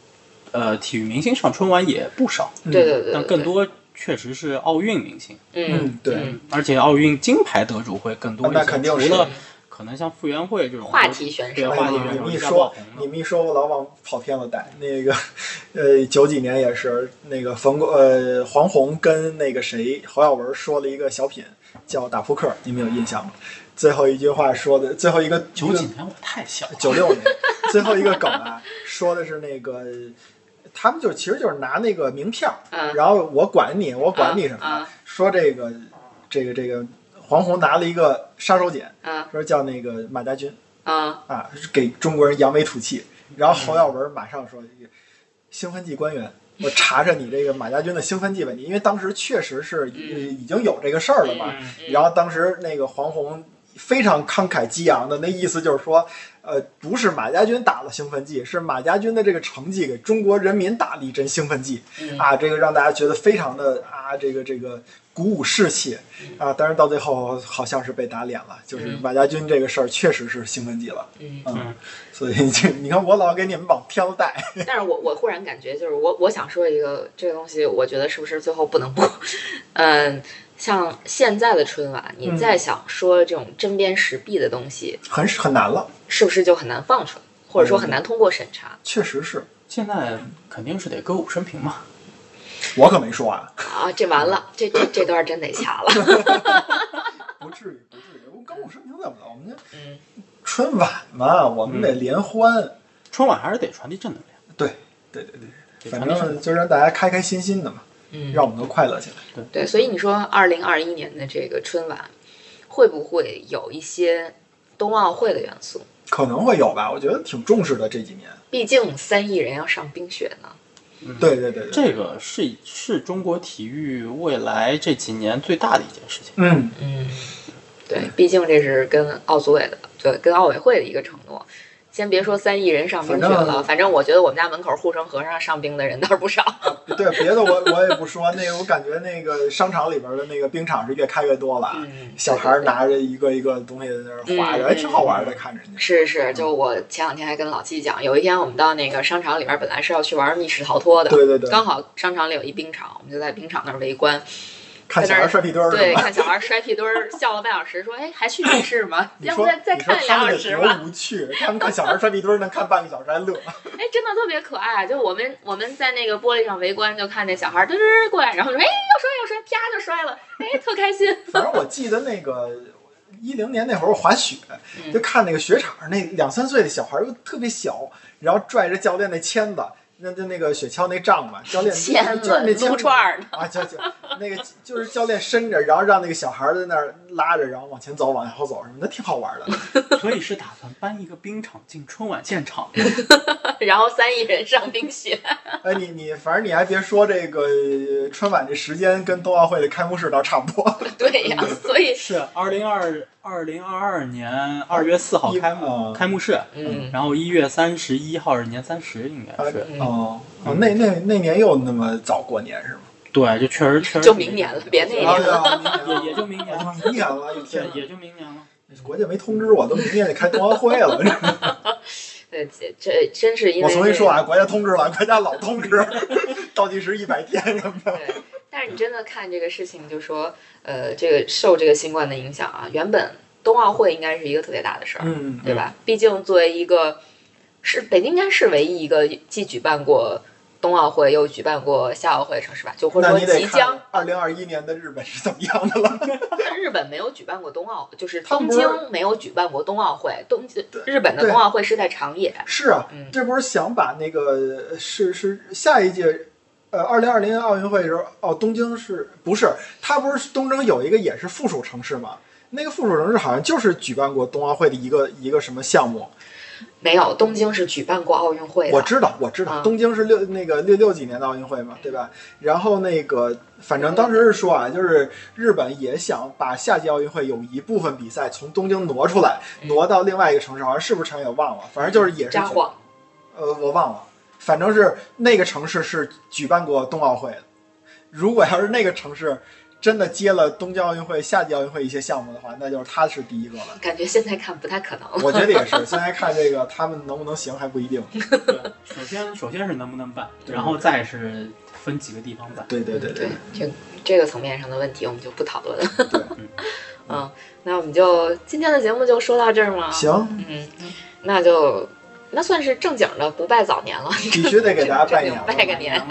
Speaker 3: 呃，体育明星上春晚也不少，
Speaker 1: 对对对，
Speaker 3: 但
Speaker 1: 对
Speaker 3: 更，多确实是奥运明星，
Speaker 1: 对嗯
Speaker 2: 嗯，对，
Speaker 1: 嗯
Speaker 3: 而且奥运金牌得主会更多一些，
Speaker 2: 那肯定是
Speaker 3: 除了可能像傅园慧这种
Speaker 1: 话题选
Speaker 3: 对
Speaker 1: 手
Speaker 2: 哎。
Speaker 3: 话题
Speaker 2: 你
Speaker 3: 选手
Speaker 2: 们一
Speaker 3: 一下
Speaker 2: 说
Speaker 3: 爆红
Speaker 2: 你
Speaker 3: 了，
Speaker 2: 们一说，我老往跑偏了带。那个，呃，九几年也是那个冯巩呃黄宏跟那个谁侯耀文说了一个小品，叫打扑克，你们有印象吗？最后一句话说的，最后一个
Speaker 3: 九几年我太小了，
Speaker 2: 九六年最后一个梗啊，说的是那个。他们就其实就是拿那个名片儿，
Speaker 1: 嗯
Speaker 2: 然后我管你，我管你什么的。
Speaker 1: 啊
Speaker 2: 说这个，这个，这个黄宏拿了一个杀手锏，
Speaker 1: 啊
Speaker 2: 说叫那个马家军，
Speaker 1: 啊！
Speaker 2: 啊，给中国人扬眉吐气。然后侯耀文马上说一句：“兴奋剂官员，
Speaker 1: 嗯
Speaker 2: 我查查你这个马家军的兴奋剂问题，因为当时确实是已
Speaker 1: 嗯
Speaker 2: 已经有这个事儿了嘛。
Speaker 1: 嗯
Speaker 2: 然后当时那个黄宏非常慷慨激昂的那意思就是说，呃，不是马家军打了兴奋剂，是马家军的这个成绩给中国人民打了一针兴奋剂
Speaker 1: 嗯
Speaker 2: 啊，这个让大家觉得非常的啊，这个这个鼓舞士气啊。当然到最后好像是被打脸了，就是
Speaker 1: 嗯
Speaker 2: 马家军这个事儿确实是兴奋剂了，
Speaker 1: 嗯，
Speaker 2: 嗯
Speaker 3: 嗯，
Speaker 2: 所以这你看我老给你们往偏了带，
Speaker 1: 但是我我忽然感觉，就是我我想说一个这个东西，我觉得是不是最后不能 (laughs) 播？嗯，像现在的春晚，
Speaker 2: 嗯
Speaker 1: 你再想说这种针砭时弊的东西，
Speaker 2: 很很难了，
Speaker 1: 是不是就很难放出来，或者说很难通过审查
Speaker 2: 确实是
Speaker 3: 现在肯定是得歌舞升平嘛，
Speaker 2: 我可没说啊，
Speaker 1: 啊？这完了，这这这段真得掐了。
Speaker 2: 不至于不至于，我跟我声明怎么了？我们这
Speaker 1: (laughs) 嗯
Speaker 2: 春晚嘛，我们得联欢。
Speaker 3: 春晚还是得传递正能量，
Speaker 2: 对对对，
Speaker 3: 得
Speaker 2: 反
Speaker 3: 传递正能
Speaker 2: 正就让大家开开心心的嘛，
Speaker 1: 嗯，
Speaker 2: 让我们都快乐起来。
Speaker 1: 对，所以你说二零二一年的这个春晚，会不会有一些冬奥会的元素？
Speaker 2: 可能会有吧，我觉得挺重视的这几年。
Speaker 1: 毕竟三亿人要上冰雪呢。
Speaker 3: 量。嗯，
Speaker 2: 对对对对，
Speaker 3: 这个是是中国体育未来这几年最大的一件事情。
Speaker 2: 嗯，
Speaker 1: 嗯，对，毕竟这是跟奥组委的，对，跟奥委会的一个承诺。先别说三亿人上冰雪
Speaker 2: 反
Speaker 1: 了，反
Speaker 2: 正
Speaker 1: 正我觉得我们家门口护城河上上冰的人倒是不少。
Speaker 2: 对，别的我我也不说，那个我感觉那个商场里边的那个冰场是越开越多了啊，
Speaker 1: 嗯，
Speaker 2: 小孩儿拿着一个一个东西在那儿划着，
Speaker 1: 嗯
Speaker 2: 哎，挺好玩的，看着人家。
Speaker 1: 是是，就
Speaker 2: 嗯
Speaker 1: 我前两天还跟老季讲，有一天我们到那个商场里边，本来是要去玩密室逃脱的，
Speaker 2: 对对对，
Speaker 1: 刚好商场里有一冰场，我们就在冰场那儿围观，
Speaker 2: 看小孩儿摔屁墩儿是
Speaker 1: 对，
Speaker 2: 吧？
Speaker 1: 看小孩摔屁墩儿，笑了半小时，说：“哎，还去密室吗？
Speaker 2: 你
Speaker 1: 要
Speaker 2: 说
Speaker 1: 不再再
Speaker 2: 你说
Speaker 1: 看
Speaker 2: 他
Speaker 1: 两
Speaker 2: 们
Speaker 1: 小
Speaker 2: 得
Speaker 1: 时
Speaker 2: 多
Speaker 1: 吧？”
Speaker 2: 无趣，他们看小孩儿摔屁墩儿能看半个小时还乐。
Speaker 1: 哎，真的特别可爱。就我们我们在那个玻璃上围观，就看见小孩儿嘚嘚嘚过来，然后说：“哎，要摔要摔，啪就摔了，哎，特开心。
Speaker 2: 反正我记得那个一零年那会儿我滑雪，
Speaker 1: 嗯
Speaker 2: 就看那个雪场那两三岁的小孩儿又特别小，然后拽着教练那签子，那就那个雪橇那杖嘛，教练
Speaker 1: 签
Speaker 2: 就是那
Speaker 1: 子
Speaker 2: 签
Speaker 1: 撸
Speaker 2: 子
Speaker 1: 串儿呢，
Speaker 2: 啊，就就那个就是教练伸着，然后让那个小孩在那儿拉着，然后往前走，往后走什么的，挺好玩的。
Speaker 3: (laughs) 所以是打算搬一个冰场进春晚现场。
Speaker 1: 然后三亿人上冰雪，
Speaker 2: 哎，你你反正你还别说，这个呃春晚这时间跟冬奥会的开幕式倒差不多。
Speaker 1: 对
Speaker 2: (laughs)
Speaker 1: 呀、所以
Speaker 3: (laughs) 是二零二二零二二年二月四号
Speaker 2: 一
Speaker 3: 开幕
Speaker 2: 嗯
Speaker 3: 开幕式，
Speaker 1: 嗯
Speaker 3: 然后一月三十一号是年三十，应该是
Speaker 1: 嗯
Speaker 2: 哦，哦那那那年又那么早过年是吗？
Speaker 3: 对，就确实确实
Speaker 1: 就明年了别那年
Speaker 2: 哎呀，明
Speaker 3: 也
Speaker 2: 年
Speaker 3: 也就明 (laughs) 年
Speaker 2: 了，
Speaker 3: 了，
Speaker 2: 哦明年了，哎呦天
Speaker 3: 对，
Speaker 2: 哪！
Speaker 3: 也就明年了。
Speaker 2: 国家没通知我，都明年就开冬奥
Speaker 1: (laughs)
Speaker 2: 会了。
Speaker 1: 呃，这这真是因为
Speaker 2: 我重新
Speaker 1: 这
Speaker 2: 说啊，国家通知了，国 (laughs) 家老通知，倒计时一百天什么的。
Speaker 1: 对，但是你真的看这个事情，就说，呃，这个受这个新冠的影响啊，原本冬奥会应该是一个特别大的事儿，
Speaker 2: 嗯
Speaker 1: 对吧？毕竟作为一个是北京，应该是唯一一个既举办过冬奥会又举办过夏奥会的城市吧？就或者
Speaker 2: 那
Speaker 1: 说
Speaker 2: 你得
Speaker 1: 即将
Speaker 2: 看二零二一年的日本是怎么样的了。
Speaker 1: 日本没有举办过冬奥，就是
Speaker 2: 他
Speaker 1: 东
Speaker 2: 们不是
Speaker 1: 京没有举办过冬奥会，东
Speaker 2: 对
Speaker 1: 日本的
Speaker 2: 对
Speaker 1: 冬奥会是在长野，
Speaker 2: 是啊
Speaker 1: 嗯，
Speaker 2: 这不是想把那个呃是是下一届，呃，二零二零奥运会的时候，哦，东京是不是？它不是东京有一个也是附属城市吗？那个附属城市好像就是举办过冬奥会的一个一个什么项目，
Speaker 1: 没有东京是举办过奥运会
Speaker 2: 我
Speaker 1: 的，
Speaker 2: 知道，我知
Speaker 1: 啊
Speaker 2: 道，东京是六那个六六几年的奥运会嘛，对吧？然后那个，反正当时是说啊，就是日本也想把夏季奥运会有一部分比赛从东京挪出来，
Speaker 1: 嗯
Speaker 2: 挪到另外一个城市，好像是不是长野忘了，反正就是也是
Speaker 1: 札幌。
Speaker 2: 呃，我忘了，反正是那个城市是举办过冬奥会的。如果要是那个城市真的接了东京奥运会、夏季奥运会一些项目的话，那就是他是第一个了。
Speaker 1: 感觉现在看不太可能了。
Speaker 2: 我觉得也是， (laughs) 现在看这个他们能不能行还不一定。
Speaker 3: 对，首先首先是能不能办，然后再是分几个地方办。
Speaker 2: 对对对
Speaker 1: 对
Speaker 2: 对，，
Speaker 1: 这这个层面上的问题我们就不讨论了。
Speaker 2: 对，
Speaker 1: (laughs) 嗯，那我们就今天的节目就说到这儿吗？，
Speaker 2: (laughs) 行，
Speaker 1: 嗯，那就那算是正经的不拜早年了，
Speaker 2: 必须得给大家拜年
Speaker 1: (laughs) 拜个
Speaker 2: 了。
Speaker 1: 年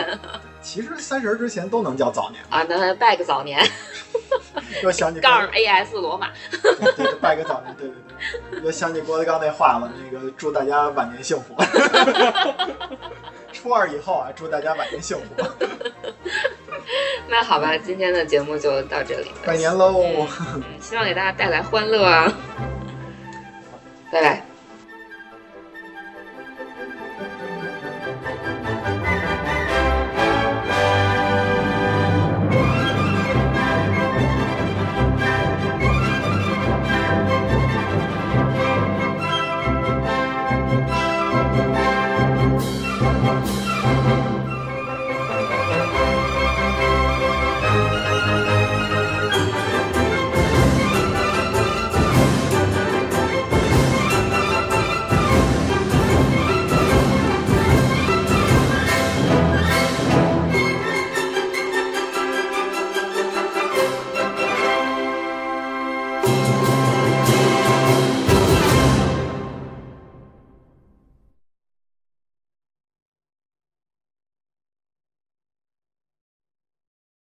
Speaker 2: 其实三十儿之前都能叫早年，
Speaker 1: 啊，那拜个早年，
Speaker 2: 又想起
Speaker 1: 杠 AS 罗马，
Speaker 2: 对对对拜个早年，对对对，又想起郭德纲那话了，那个祝大家晚年幸福。 (laughs) 初二以后啊，祝大家晚年幸福，
Speaker 1: 那好
Speaker 2: 嗯
Speaker 1: 吧，今天的节目就到这里了，嗯
Speaker 2: 拜年喽！嗯
Speaker 1: 嗯希望给大家带来欢乐啊，拜拜。